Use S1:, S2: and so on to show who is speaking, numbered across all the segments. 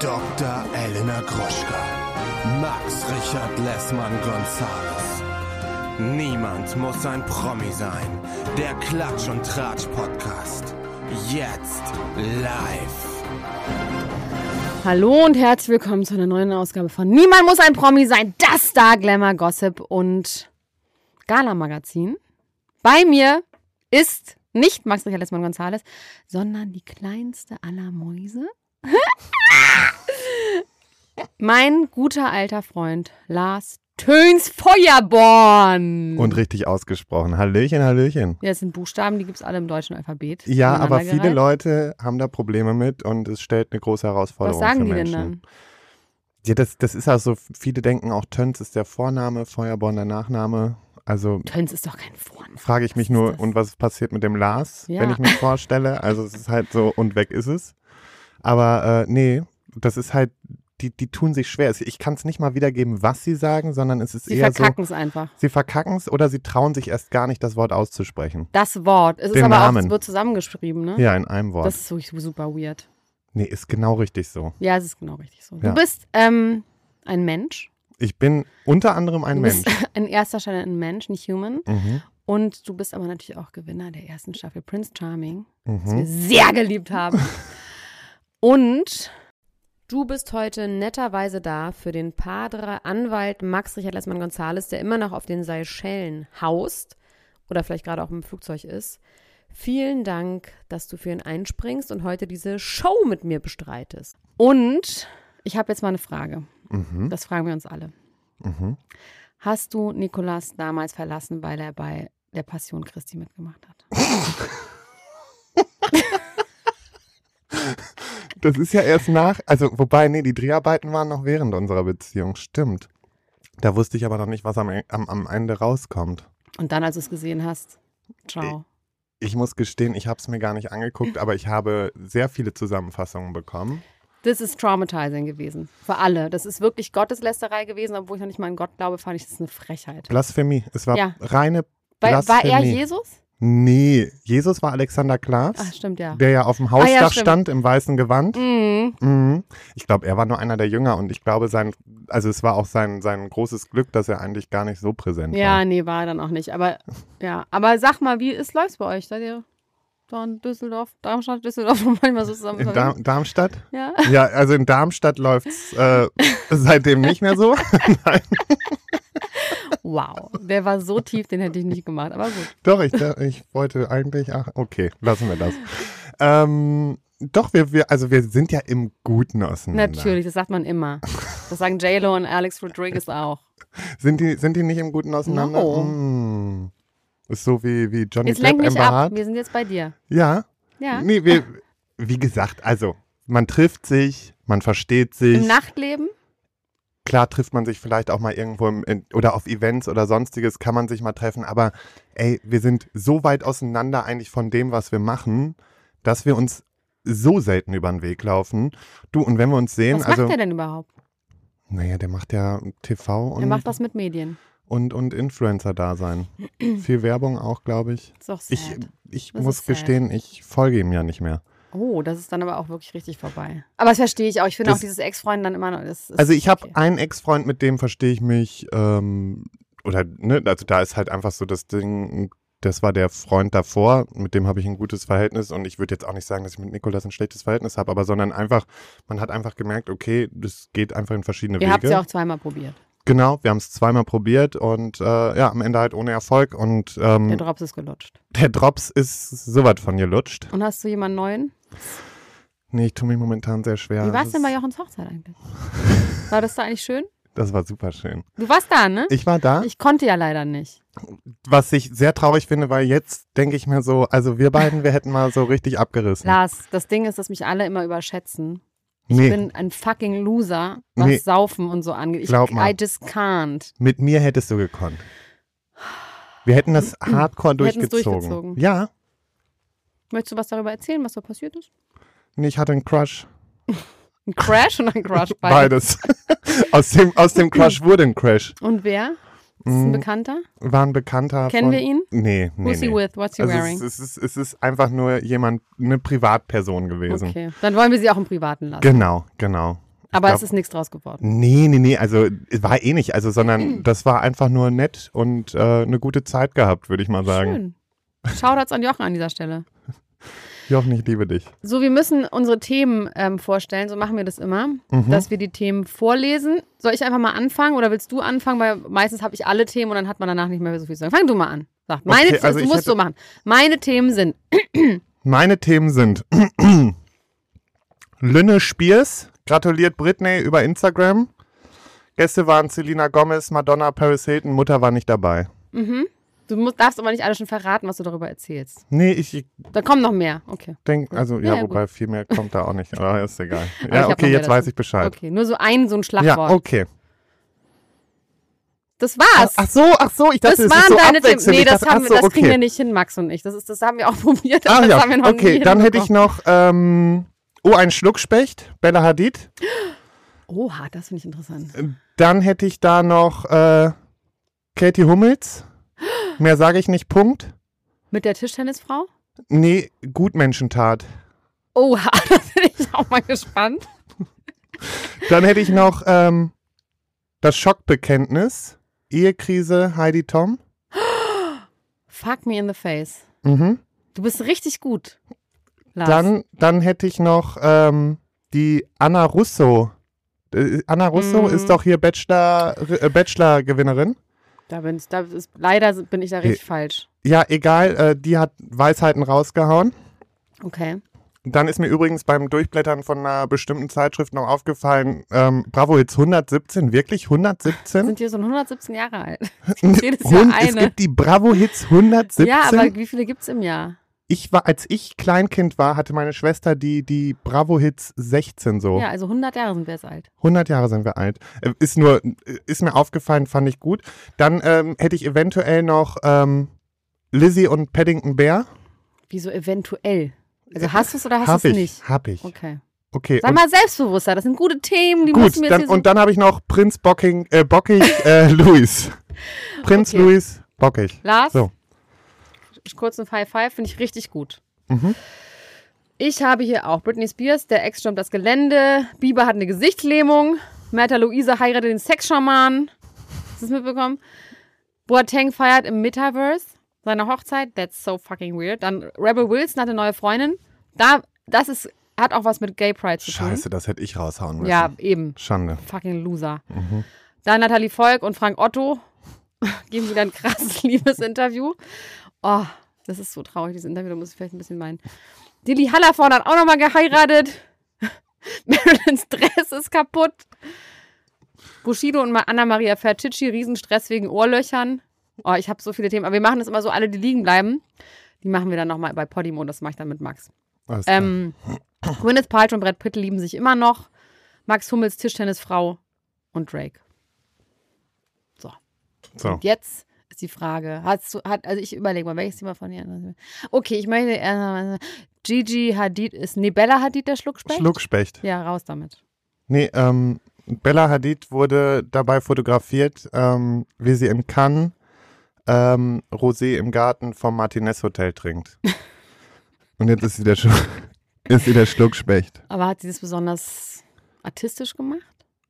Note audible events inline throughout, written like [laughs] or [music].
S1: Dr. Elena Gruschka. Max Richard Lessmann Gonzales. Niemand muss ein Promi sein. Der Klatsch und Tratsch Podcast. Jetzt live.
S2: Hallo und herzlich willkommen zu einer neuen Ausgabe von Niemand muss ein Promi sein. Das Star Glamour Gossip und Gala Magazin. Bei mir ist nicht Max Richard Lessmann Gonzales, sondern die kleinste aller Mäuse. [laughs] mein guter alter Freund Lars Töns Feuerborn.
S3: Und richtig ausgesprochen. Hallöchen, Hallöchen.
S2: Ja, es sind Buchstaben, die gibt es alle im deutschen Alphabet.
S3: Ja, aber viele gereiht. Leute haben da Probleme mit und es stellt eine große Herausforderung
S2: Was sagen
S3: für
S2: die
S3: Menschen.
S2: denn dann?
S3: Ja, das, das ist auch so, viele denken auch, Töns ist der Vorname, Feuerborn der Nachname. Also
S2: Töns ist doch kein Vorname.
S3: Frage ich mich
S2: Was ist
S3: nur,
S2: das?
S3: und was passiert mit dem Lars,
S2: Ja.
S3: wenn ich mir vorstelle? Also es ist halt so, und weg ist es. Aber äh, nee, das ist halt, die, die tun sich schwer. Ich kann es nicht mal wiedergeben, was sie sagen, sondern es ist
S2: Sie
S3: eher so,
S2: verkacken es einfach.
S3: sie verkacken es oder sie trauen sich erst gar nicht, das Wort auszusprechen.
S2: Das Wort. Es ist
S3: Den
S2: aber auch, es
S3: Namen.
S2: wird zusammengeschrieben, ne?
S3: Ja, in einem Wort.
S2: Das ist so super weird.
S3: nee, ist genau richtig so.
S2: Ja, es ist genau richtig so.
S3: Ja.
S2: Du bist ähm, ein Mensch.
S3: Ich bin unter anderem ein
S2: du
S3: Mensch.
S2: bist an erster Stelle [laughs] ein Mensch, nicht human.
S3: Mhm,
S2: Und du bist aber natürlich auch Gewinner der ersten Staffel Prince Charming, was wir
S3: mhm.
S2: sehr geliebt haben. Und du bist heute netterweise da für den Padre Anwalt Max Richard Lessmann Gonzales, der immer noch auf den Seychellen haust oder vielleicht gerade auch im Flugzeug ist. Vielen Dank, dass du für ihn einspringst und heute diese Show mit mir bestreitest. Und ich habe jetzt mal eine Frage.
S3: Mhm,
S2: Das fragen wir uns alle.
S3: mhm.
S2: Hast du Nikolas damals verlassen, weil er bei der Passion Christi mitgemacht hat?
S3: Das ist ja erst nach, also wobei, nee, die Dreharbeiten waren noch während unserer Beziehung, stimmt. Da wusste ich aber noch nicht, was am, am, am Ende rauskommt.
S2: Und dann, als du es gesehen hast, ciao.
S3: Ich muss gestehen, ich habe es mir gar nicht angeguckt, aber ich habe sehr viele Zusammenfassungen bekommen.
S2: Das ist traumatizing gewesen. Für alle. Das ist wirklich Gotteslästerei gewesen, obwohl ich noch nicht mal an Gott glaube, fand ich das eine Frechheit.
S3: Blasphemie, es war
S2: Ja.
S3: reine
S2: Weil, war
S3: Blasphemie.
S2: er Jesus?
S3: Nee, Jesus war Alexander
S2: Ach,
S3: Klaas,
S2: stimmt, ja.
S3: der ja auf dem Hausdach
S2: stimmt.
S3: stand im weißen Gewand.
S2: Mhm.
S3: Mhm. Ich glaube, er war nur einer der Jünger und ich glaube, sein, also es war auch sein, sein großes Glück, dass er eigentlich gar nicht so präsent
S2: Ja,
S3: war.
S2: nee, war er dann auch nicht. Aber ja, aber sag mal, wie ist läuft's bei euch? Seid ihr da in Düsseldorf, Darmstadt, Düsseldorf und manchmal so zusammen?
S3: In Dar
S2: unterwegs?
S3: Darmstadt?
S2: ja.
S3: Ja, also in Darmstadt läuft
S2: [laughs]
S3: es äh, seitdem nicht mehr so.
S2: Wow. Der war so tief, den hätte ich nicht gemacht. Aber gut.
S3: Doch, ich, ich wollte eigentlich, ach, okay, lassen wir das. Ähm, doch, wir, wir, also wir sind ja im Guten auseinander.
S2: Natürlich, das sagt man immer. Das sagen JLo und Alex Rodriguez auch.
S3: Sind die, sind die nicht im Guten auseinander?
S2: No.
S3: Mm. Ist so wie, wie Johnny
S2: Jetzt lenk
S3: Depp,
S2: mich
S3: Amber
S2: ab.
S3: Hart.
S2: Wir sind jetzt bei dir.
S3: Ja,
S2: Ja.
S3: Nee, wir, wie gesagt, also man trifft sich, man versteht sich.
S2: Im Nachtleben?
S3: Klar trifft man sich vielleicht auch mal irgendwo im, in, oder auf Events oder sonstiges kann man sich mal treffen, aber ey, wir sind so weit auseinander eigentlich von dem, was wir machen, dass wir uns so selten über den Weg laufen. Du, und wenn wir uns sehen,
S2: Was
S3: also,
S2: macht er denn überhaupt?
S3: naja, der macht ja TV
S2: er
S3: und,
S2: macht was mit Medien.
S3: und,
S2: [clears throat]
S3: und Influencer-Dasein. Viel Werbung auch, glaube ich.
S2: Ist doch sad.
S3: Ich, ich
S2: Das
S3: muss
S2: ist sad.
S3: gestehen, ich folge ihm ja nicht mehr.
S2: oh, das ist dann aber auch wirklich richtig vorbei. Aber das verstehe ich auch. Ich finde auch
S3: Das-
S2: dieses Ex-Freund dann immer noch. Das ist
S3: Also ich habe
S2: okay.
S3: einen Ex-Freund, mit dem verstehe ich mich, ähm, oder ne, also da ist halt einfach so das Ding, das war der Freund davor, mit dem habe ich ein gutes Verhältnis und ich würde jetzt auch nicht sagen, dass ich mit Nikolas ein schlechtes Verhältnis habe, aber sondern einfach, man hat einfach gemerkt, okay, das geht einfach in verschiedene
S2: Ihr habt
S3: Wege.
S2: es ja auch zweimal probiert.
S3: genau, wir haben es zweimal probiert und äh, ja, am Ende halt ohne Erfolg und ähm,
S2: Der
S3: der,
S2: Drops ist gelutscht.
S3: Drops ist so weit von gelutscht.
S2: Und hast du jemanden neuen?
S3: Nee, ich tue mich momentan sehr schwer.
S2: Wie war
S3: Das
S2: es denn bei
S3: ist-
S2: Jochens Hochzeit eigentlich? War das da eigentlich schön?
S3: Das war super schön.
S2: Du warst da, ne?
S3: Ich war da.
S2: Ich konnte ja leider nicht.
S3: was ich sehr traurig finde, weil jetzt denke ich mir so, also wir beiden, wir hätten mal so richtig abgerissen.
S2: Lars, das Ding ist, dass mich alle immer überschätzen. Ich
S3: nee,
S2: bin ein fucking Loser, was
S3: Nee.
S2: Saufen und so angeht. Ich,
S3: Glaub mal.
S2: I just can't.
S3: mit mir hättest du gekonnt. Wir hätten das hardcore
S2: Wir hätten's
S3: durchgezogen.
S2: durchgezogen.
S3: Ja,
S2: Möchtest du was darüber erzählen, was da passiert ist?
S3: nee, ich hatte einen Crush.
S2: Ein Crash und ein
S3: [laughs]
S2: Crash beides.
S3: Beides. aus, dem, aus dem Crush wurde ein Crash.
S2: Und wer? Ist es ein
S3: Mm,
S2: Bekannter?
S3: War ein Bekannter.
S2: Kennen
S3: von,
S2: wir ihn?
S3: Nee, nee.
S2: Who's he
S3: nee.
S2: with? What's he
S3: Also
S2: wearing?
S3: es, es, ist, es ist einfach nur jemand, eine Privatperson gewesen.
S2: Okay, dann wollen wir sie auch im Privaten lassen.
S3: Genau, genau.
S2: Aber
S3: glaub-
S2: es ist nichts draus geworden.
S3: Nee, nee, nee, also es war eh nicht,
S2: [clears throat]
S3: also sondern das war einfach nur nett und äh, eine gute Zeit gehabt, würde ich mal sagen.
S2: Schön. Shoutouts an Jochen an dieser Stelle.
S3: Jochen, ich liebe dich.
S2: So, wir müssen unsere Themen ähm, vorstellen, so machen wir das immer,
S3: Mhm.
S2: dass wir die Themen vorlesen. Soll ich einfach mal anfangen oder willst du anfangen? Weil meistens habe ich alle Themen und dann hat man danach nicht mehr so viel zu sagen. Fang du mal an. Sag, meine,
S3: Okay, also
S2: du
S3: ich
S2: musst
S3: hätte-
S2: so machen. Meine Themen sind
S3: Meine Themen sind [clears throat] Lynne Spiers, gratuliert Britney über Instagram. Gäste waren Selena Gomez, Madonna, Paris Hilton, Mutter war nicht dabei.
S2: Du musst, darfst aber nicht alle schon verraten, was du darüber erzählst.
S3: Nee, ich
S2: Da kommen noch mehr. Okay.
S3: denke, also ja,
S2: Ja, ja, gut.
S3: wobei viel mehr kommt da auch nicht, aber
S2: [laughs]
S3: ist egal.
S2: ich
S3: Ja,
S2: hab noch
S3: okay,
S2: mehr
S3: jetzt weiß
S2: dazu.
S3: ich Bescheid.
S2: Okay, nur so ein, so ein
S3: Ja, oh.
S2: Schlagwort.
S3: okay.
S2: Das war's.
S3: Ach so, ach so, ich
S2: das
S3: dachte,
S2: waren
S3: ist so
S2: deine Themen.
S3: abwechselnd.
S2: Nee,
S3: Ich
S2: das,
S3: dachte,
S2: haben,
S3: ach
S2: wir-
S3: so,
S2: das kriegen
S3: okay.
S2: wir nicht hin, Max und ich. Das, ist, das haben wir auch [laughs] probiert.
S3: Ah
S2: das
S3: ja,
S2: haben wir noch
S3: okay,
S2: nie
S3: dann hätte ich
S2: hinbekommen.
S3: noch, ähm, oh, ein Schluckspecht, Bella Hadid.
S2: Oha, das finde ich interessant.
S3: Dann hätte ich da noch äh, Katie Hummels. Mehr sage ich nicht, Punkt.
S2: Mit der Tischtennisfrau?
S3: Nee, Gutmenschentat.
S2: Oha, [laughs] da bin ich auch mal gespannt.
S3: Dann hätte ich noch ähm, das Schockbekenntnis, Ehekrise, Heidi Tom.
S2: Fuck me in the face.
S3: Mhm.
S2: Du bist richtig gut. Lars.
S3: Dann, dann hätte ich noch ähm, die Anna Russo. Äh, Anna Russo
S2: Mhm.
S3: ist doch hier Bachelor, äh, Bachelor-Gewinnerin.
S2: Da bin ich, da ist, leider bin ich da richtig falsch.
S3: Ja, egal, äh, die hat Weisheiten rausgehauen.
S2: Okay.
S3: Dann ist mir übrigens beim Durchblättern von einer bestimmten Zeitschrift noch aufgefallen, ähm, Bravo Hits 117, wirklich 117?
S2: Sind wir so 117 Jahre alt? jedes
S3: [laughs]
S2: Jahr
S3: Und es
S2: eine.
S3: gibt die Bravo Hits 117.
S2: Ja, aber wie viele gibt's im Jahr?
S3: ich war, als ich Kleinkind war, hatte meine Schwester die, die Bravo Hits 16 so.
S2: Ja, also 100 Jahre sind wir jetzt alt.
S3: 100 Jahre sind wir alt. Äh, Ist nur, äh, ist mir aufgefallen, fand ich gut. Dann ähm, hätte ich eventuell noch ähm, Lizzie und Paddington Bear.
S2: Wieso eventuell? Also hast du es oder hast
S3: Äh, hab
S2: du es
S3: ich,
S2: nicht?
S3: Hab ich.
S2: Okay.
S3: Okay.
S2: Sei
S3: und-
S2: mal selbstbewusster, das sind gute Themen, die müssen
S3: Gut,
S2: wir
S3: dann,
S2: jetzt hier
S3: und dann habe ich noch Prinz Bocking, äh, Bockig,
S2: [laughs]
S3: äh, Luis. Prinz
S2: Okay. Mhm.
S3: Luis Bockig.
S2: so. Lars,
S3: So.
S2: kurz ein Five Five, finde ich richtig gut.
S3: Mhm.
S2: Ich habe hier auch Britney Spears, der Ex stürmt das Gelände, Bieber hat eine Gesichtslähmung, Märtha Luise heiratet den Sexschaman. Hast du es mitbekommen? Boateng feiert im Metaverse seine Hochzeit. That's so fucking weird. Dann Rebel Wilson hat eine neue Freundin. Da, das ist, hat auch was mit Gay Pride zu tun.
S3: Scheiße, das hätte ich raushauen müssen.
S2: Ja, eben.
S3: Schande.
S2: Fucking Loser. Dann Nathalie Volk und Frank Otto [laughs] geben wieder ein krasses [laughs] Liebesinterview. Oh, das ist so traurig, dieses Interview, da muss ich vielleicht ein bisschen weinen. Dilly Hallervorn hat auch nochmal geheiratet. [laughs] Marilyns Dress ist kaputt. Bushido und Anna-Maria Ferticci, Riesenstress wegen Ohrlöchern. Oh, ich habe so viele Themen. Aber wir machen das immer so, alle, die liegen bleiben. Die machen wir dann nochmal bei Podimo. Das mache ich dann mit Max.
S3: Alles klar.
S2: Ähm, Gwyneth Paltrow und Brad Pitt lieben sich immer noch. Max Hummels, Tischtennisfrau und Drake.
S3: so.
S2: Und jetzt ist die Frage, hast du, hat, also ich überlege mal, welches Thema von hier. Okay, ich möchte erstmal, Gigi Hadid ist, nee, Bella Hadid der Schluckspecht?
S3: Schluckspecht.
S2: Ja, raus damit.
S3: Nee, ähm, Bella Hadid wurde dabei fotografiert, ähm, wie sie in Cannes ähm, Rosé im Garten vom Martinez Hotel
S2: [laughs]
S3: trinkt. Und jetzt ist sie der, Schlu ist sie der Schluckspecht.
S2: Aber hat sie das besonders artistisch gemacht?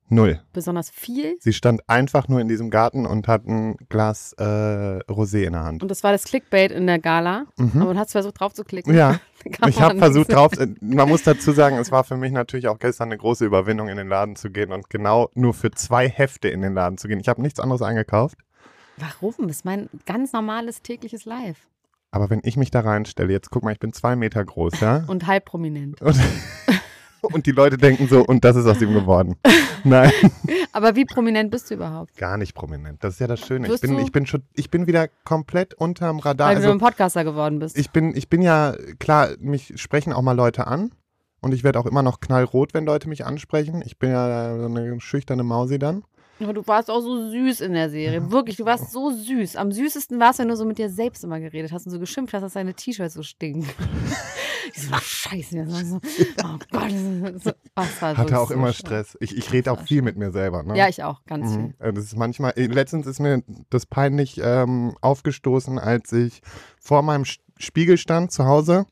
S3: Null.
S2: Besonders viel?
S3: Sie stand einfach nur in diesem Garten und hat ein Glas äh, Rosé in der Hand.
S2: Und das war das Clickbait in der Gala.
S3: Mhm.
S2: Aber du hast versucht drauf zu klicken.
S3: Ja.
S2: [laughs] Dann kam
S3: Ich
S2: man
S3: habe
S2: nicht.
S3: versucht drauf, man muss dazu sagen, es war für mich natürlich auch gestern eine große Überwindung, in den Laden zu gehen und genau nur für zwei Hefte in den Laden zu gehen. Ich habe nichts anderes eingekauft,
S2: Warum? Das ist mein ganz normales tägliches Live.
S3: aber wenn ich mich da reinstelle, jetzt guck mal, ich bin zwei Meter groß, ja?
S2: Und halb prominent.
S3: Und, [laughs] und die Leute denken so, und das ist aus ihm geworden.
S2: [laughs]
S3: Nein,
S2: Aber wie prominent bist du überhaupt?
S3: gar nicht prominent. Das ist ja das Schöne. Ich
S2: Wirst
S3: bin,
S2: du-
S3: ich bin, schon, ich bin wieder komplett unterm Radar.
S2: Weil du ein
S3: Also,
S2: Podcaster geworden bist.
S3: ich bin, ich bin ja, klar, mich sprechen auch mal Leute an. Und ich werde auch immer noch knallrot, wenn Leute mich ansprechen. Ich bin ja so eine schüchterne Mausi dann.
S2: Aber du warst auch so süß in der Serie. Wirklich, du warst so süß. Am süßesten warst du, wenn du so mit dir selbst immer geredet hast und so geschimpft hast, dass deine T-Shirts so
S3: [laughs]
S2: stinken. Ich so, ach, scheiße. das war So, oh Gott. das Also ist So, das war
S3: Hatte
S2: wirklich
S3: auch
S2: so
S3: immer
S2: schlimm.
S3: Stress. Ich, ich rede auch viel mit mir selber. Ne?
S2: Ja, ich auch, ganz
S3: Mhm.
S2: viel.
S3: Äh, Das ist manchmal, äh, letztens ist mir das peinlich ähm, aufgestoßen, als ich vor meinem Sch-
S2: [laughs]
S3: Spiegel stand zu Hause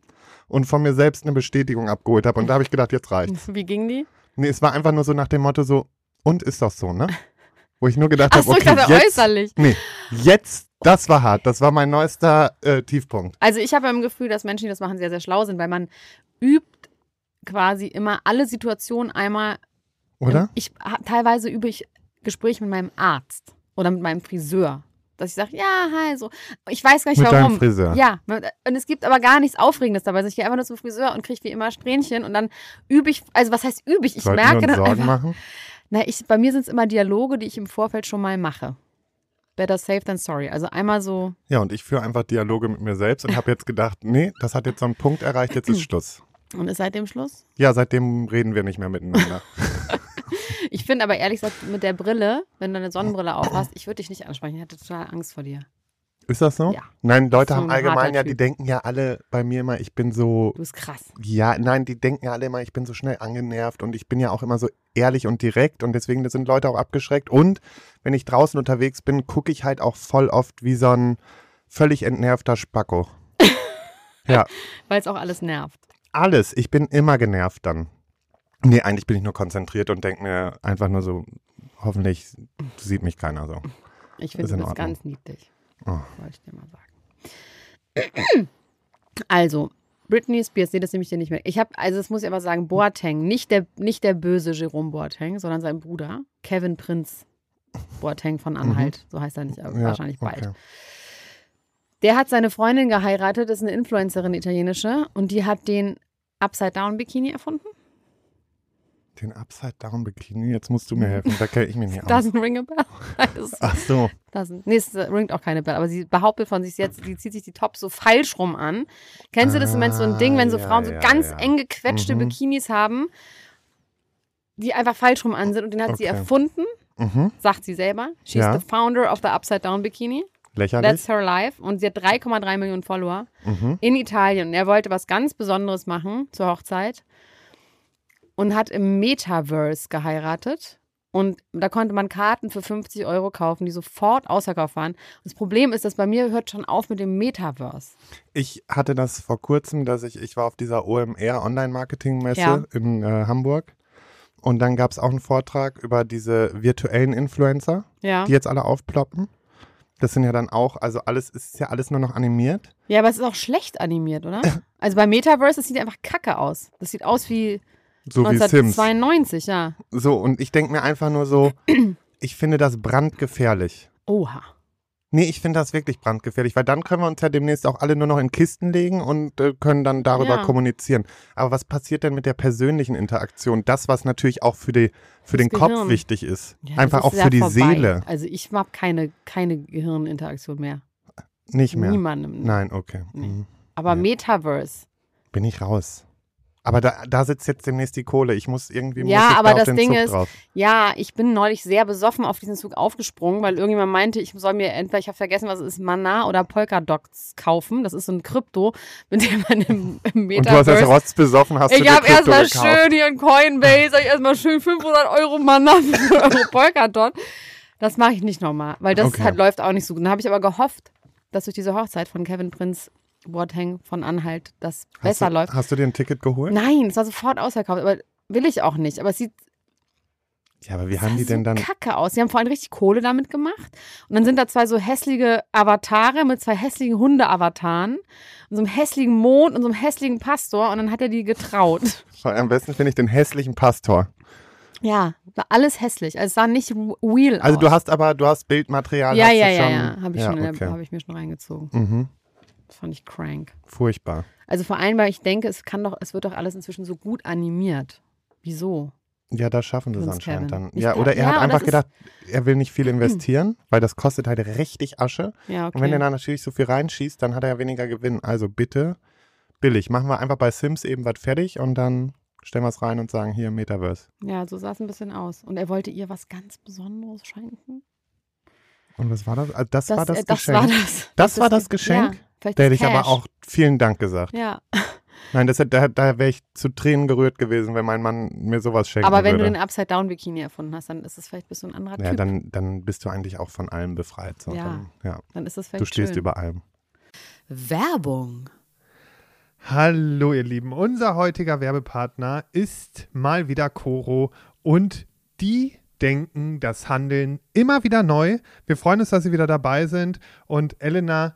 S3: und von mir selbst eine Bestätigung abgeholt habe. Und da habe ich gedacht, jetzt reicht's.
S2: Wie ging die?
S3: Nee, es war einfach nur so nach dem Motto so, und ist doch so,
S2: [laughs]
S3: ne? Wo ich nur gedacht
S2: Ach
S3: habe,
S2: so, ich
S3: okay,
S2: dachte
S3: jetzt,
S2: äußerlich.
S3: Nee, jetzt, das war hart. Das war mein neuester äh, Tiefpunkt.
S2: Also ich habe im Gefühl, dass Menschen, die das machen, sehr, sehr schlau sind, weil man übt quasi immer alle Situationen einmal.
S3: Oder?
S2: Ähm, Ich, ha- teilweise übe ich Gespräche mit meinem Arzt oder mit meinem Friseur. Dass ich sage, ja, hi, so. Ich weiß gar nicht,
S3: Mit deinem
S2: warum.
S3: Friseur.
S2: Ja, und es gibt aber gar nichts Aufregendes dabei. Also ich gehe einfach nur zum Friseur und kriege wie immer Strähnchen und dann übe ich, also was heißt übe ich? Ich
S3: Sollten wir
S2: merke
S3: uns
S2: dann
S3: Sorgen
S2: einfach,
S3: machen?
S2: na, ich, bei mir sind es immer Dialoge, die ich im Vorfeld schon mal mache. Better safe than sorry. Also einmal so,
S3: Ja, und ich führe einfach Dialoge mit mir selbst und habe jetzt gedacht, nee, das hat jetzt so einen Punkt erreicht,
S2: [clears throat]
S3: jetzt ist Schluss.
S2: und ist seit dem Schluss?
S3: Ja, seitdem reden wir nicht mehr miteinander.
S2: Ich finde aber ehrlich gesagt, mit der Brille, wenn du eine Sonnenbrille aufhast, ich würde dich nicht ansprechen. Ich hatte total Angst vor dir.
S3: Ist das so?
S2: Ja.
S3: Nein, Leute
S2: So
S3: haben
S2: ein
S3: allgemein
S2: harter
S3: ja,
S2: Typ.
S3: die denken ja alle bei mir immer, ich bin so,
S2: Du bist krass.
S3: ja, nein, die denken ja alle immer, ich bin so schnell angenervt und ich bin ja auch immer so ehrlich und direkt und deswegen sind Leute auch abgeschreckt. Und wenn ich draußen unterwegs bin, gucke ich halt auch voll oft wie so ein völlig
S2: [laughs]
S3: entnervter Spacko. ja,
S2: Weil es auch alles nervt.
S3: alles. Ich bin immer genervt dann. Nee, eigentlich bin ich nur konzentriert und denke mir einfach nur so, hoffentlich sieht mich keiner so.
S2: Ich finde,
S3: Ist
S2: du
S3: in
S2: bist
S3: Ordnung.
S2: ganz niedlich.
S3: Oh.
S2: Wollte ich dir mal sagen. [clears throat] Also, Britney Spears, nee, das nehme ich dir nicht mehr. Ich habe, also das muss ich aber sagen, Boateng, nicht der, nicht der böse Jerome Boateng, sondern sein Bruder, Kevin Prinz Boateng von Anhalt. So heißt er nicht, aber
S3: Mhm. Ja,
S2: wahrscheinlich bald.
S3: okay.
S2: Der hat seine Freundin geheiratet, ist eine Influencerin italienische und die hat den Upside-Down-Bikini erfunden.
S3: Den Upside-Down-Bikini, jetzt musst
S2: Mhm.
S3: du mir helfen, da kenne ich mich nicht aus.
S2: Doesn't ring a bell. [laughs] Das ist-
S3: Ach so.
S2: doesn't. Nee, es äh, ringt auch keine Bell, aber sie behauptet von sich jetzt, sie zieht sich die Top so falsch rum an. Kennst du das im Moment so ein Ding, wenn so
S3: Ah, ja,
S2: Frauen so
S3: ja,
S2: ganz
S3: ja.
S2: eng gequetschte
S3: Mhm.
S2: Bikinis haben, die einfach falsch rum an sind und den hat sie
S3: Okay.
S2: erfunden,
S3: Mhm.
S2: sagt sie selber. She's
S3: Ja.
S2: the founder of the Upside Down Bikini.
S3: Lächerlich.
S2: That's her life. Und sie hat 3,3 Millionen Follower.
S3: Mhm.
S2: in Italien. Und er wollte was ganz Besonderes machen zur Hochzeit und hat im Metaverse geheiratet. Und da konnte man Karten für 50 Euro kaufen, die sofort ausverkauft waren. Und das Problem ist, dass bei mir hört schon auf mit dem Metaverse.
S3: Ich hatte das vor kurzem, dass ich, ich war auf dieser OMR Online-Marketing-Messe
S2: Ja.
S3: in äh, Hamburg und dann gab es auch einen Vortrag über diese virtuellen Influencer,
S2: Ja.
S3: die jetzt alle aufploppen. Das sind ja dann auch, also alles es ist ja alles nur noch animiert.
S2: Ja, aber es ist auch schlecht animiert, oder? Also bei Metaverse, das sieht einfach kacke aus. Das sieht aus wie
S3: So wie Sims.
S2: 1992, ja.
S3: So, und ich denke mir einfach
S2: [clears throat]
S3: nur so, ich finde das brandgefährlich.
S2: Oha.
S3: Nee, ich finde das wirklich brandgefährlich, weil dann können wir uns ja demnächst auch alle nur noch in Kisten legen und äh, können dann darüber
S2: Ja.
S3: kommunizieren. Aber was passiert denn mit der persönlichen Interaktion? Das, was natürlich auch für, die, für den Kopf
S2: Gehirn.
S3: wichtig ist.
S2: Ja, das
S3: Einfach
S2: ist
S3: auch
S2: ja
S3: für die
S2: vorbei.
S3: Seele.
S2: Also ich habe keine, keine Gehirninteraktion mehr.
S3: Nicht mehr.
S2: Niemandem.
S3: Nein, okay.
S2: Nee.
S3: Mhm.
S2: Aber
S3: Nee.
S2: Metaverse.
S3: Bin ich raus. Aber da, da sitzt jetzt demnächst die Kohle. Ich muss irgendwie
S2: Ja,
S3: muss ich
S2: aber
S3: da auf
S2: das
S3: den
S2: Ding
S3: Zug
S2: ist,
S3: drauf.
S2: Ja, ich bin neulich sehr besoffen auf diesen Zug aufgesprungen, weil irgendjemand meinte, ich soll mir entweder, ich habe vergessen, was es ist, Mana oder Polkadots kaufen. Das ist so ein Krypto, [laughs] mit dem man im, im
S3: Und du hast das
S2: Metaverse.
S3: rotzbesoffen, hast du
S2: ich
S3: dir
S2: habe
S3: Krypto
S2: erstmal
S3: gekauft.
S2: schön hier in Coinbase, hab ich erstmal schön 500 Euro Mana für [laughs] Euro Polkadot. Das mache ich nicht nochmal, weil das
S3: Okay.
S2: halt läuft auch nicht so gut. Dann habe ich aber gehofft, dass durch diese Hochzeit von Kevin Prinz Boateng von Anhalt das
S3: Hast
S2: besser
S3: du,
S2: läuft.
S3: Hast du dir ein Ticket geholt?
S2: Nein, es war sofort ausverkauft, aber will ich auch nicht. Aber es sieht
S3: Ja, aber wie haben
S2: sah
S3: die
S2: so
S3: denn dann?
S2: Kacke aus. Die haben vor allem richtig Kohle damit gemacht. Und dann sind da zwei so hässliche Avatare mit zwei hässlichen Hunde-Avataren und so einem hässlichen Mond und so einem hässlichen Pastor und dann hat er die getraut.
S3: Am besten finde ich den hässlichen Pastor.
S2: [laughs] Ja. War alles hässlich. Also es sah nicht w- real
S3: Also
S2: aus.
S3: du hast aber, du hast Bildmaterial.
S2: ja,
S3: hast
S2: ja,
S3: du
S2: ja,
S3: schon,
S2: ja, habe ich, also schon in der-
S3: okay.
S2: hab ich mir schon reingezogen.
S3: Mhm.
S2: Das fand ich crank.
S3: Furchtbar.
S2: Also vor allem, weil ich denke, es kann doch, es wird doch alles inzwischen so gut animiert. Wieso?
S3: Ja, da schaffen sie es
S2: Prinz
S3: anscheinend
S2: Kevin.
S3: dann.
S2: Ich
S3: Ja,
S2: glaub-
S3: oder er
S2: ja,
S3: hat
S2: aber
S3: einfach
S2: das
S3: gedacht, er will nicht viel investieren, weil das kostet halt richtig Asche.
S2: Ja, okay.
S3: Und wenn er dann natürlich so viel reinschießt, dann hat er ja weniger Gewinn. Also bitte, billig. Machen wir einfach bei Sims eben was fertig und dann stellen wir es rein und sagen, hier, Metaverse.
S2: ja, so sah es ein bisschen aus. Und er wollte ihr was ganz Besonderes schenken.
S3: Und was war das? Also das, war das
S2: äh,
S3: Geschenk.
S2: war das.
S3: Das war das Geschenk?
S2: Ja, vielleicht
S3: da hätte
S2: das
S3: ich aber
S2: Cash.
S3: auch vielen Dank gesagt.
S2: Ja,
S3: Nein, das, hätte- da, da wäre ich zu Tränen gerührt gewesen, wenn mein Mann mir sowas schenken
S2: aber wenn
S3: würde.
S2: du den Upside-Down-Bikini erfunden hast, dann ist es vielleicht bist du ein anderer
S3: Ja,
S2: Typ. Dann,
S3: dann, dann bist du eigentlich auch von allem befreit. So.
S2: Ja.
S3: Dann, ja.
S2: ist das vielleicht
S3: Du stehst
S2: schön.
S3: über allem.
S2: Werbung.
S4: Hallo ihr Lieben, unser heutiger Werbepartner ist mal wieder Coro und die denken das Handeln immer wieder neu. Wir freuen uns, dass Sie wieder dabei sind und Elena,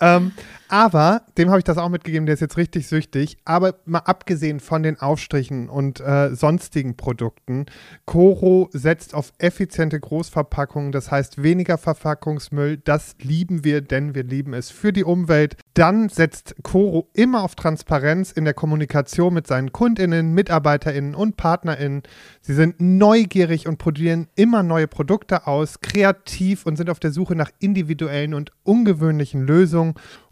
S4: ähm, aber dem habe ich das auch mitgegeben, der ist jetzt richtig süchtig. Aber mal abgesehen von den Aufstrichen und äh, sonstigen Produkten, Coro setzt auf effiziente Großverpackungen, das heißt weniger Verpackungsmüll. Das lieben wir, denn wir lieben es für die Umwelt. Dann setzt Coro immer auf Transparenz in der Kommunikation mit seinen KundInnen, MitarbeiterInnen und PartnerInnen. Sie sind neugierig und probieren immer neue Produkte aus, kreativ und sind auf der Suche nach individuellen und ungewöhnlichen Lösungen.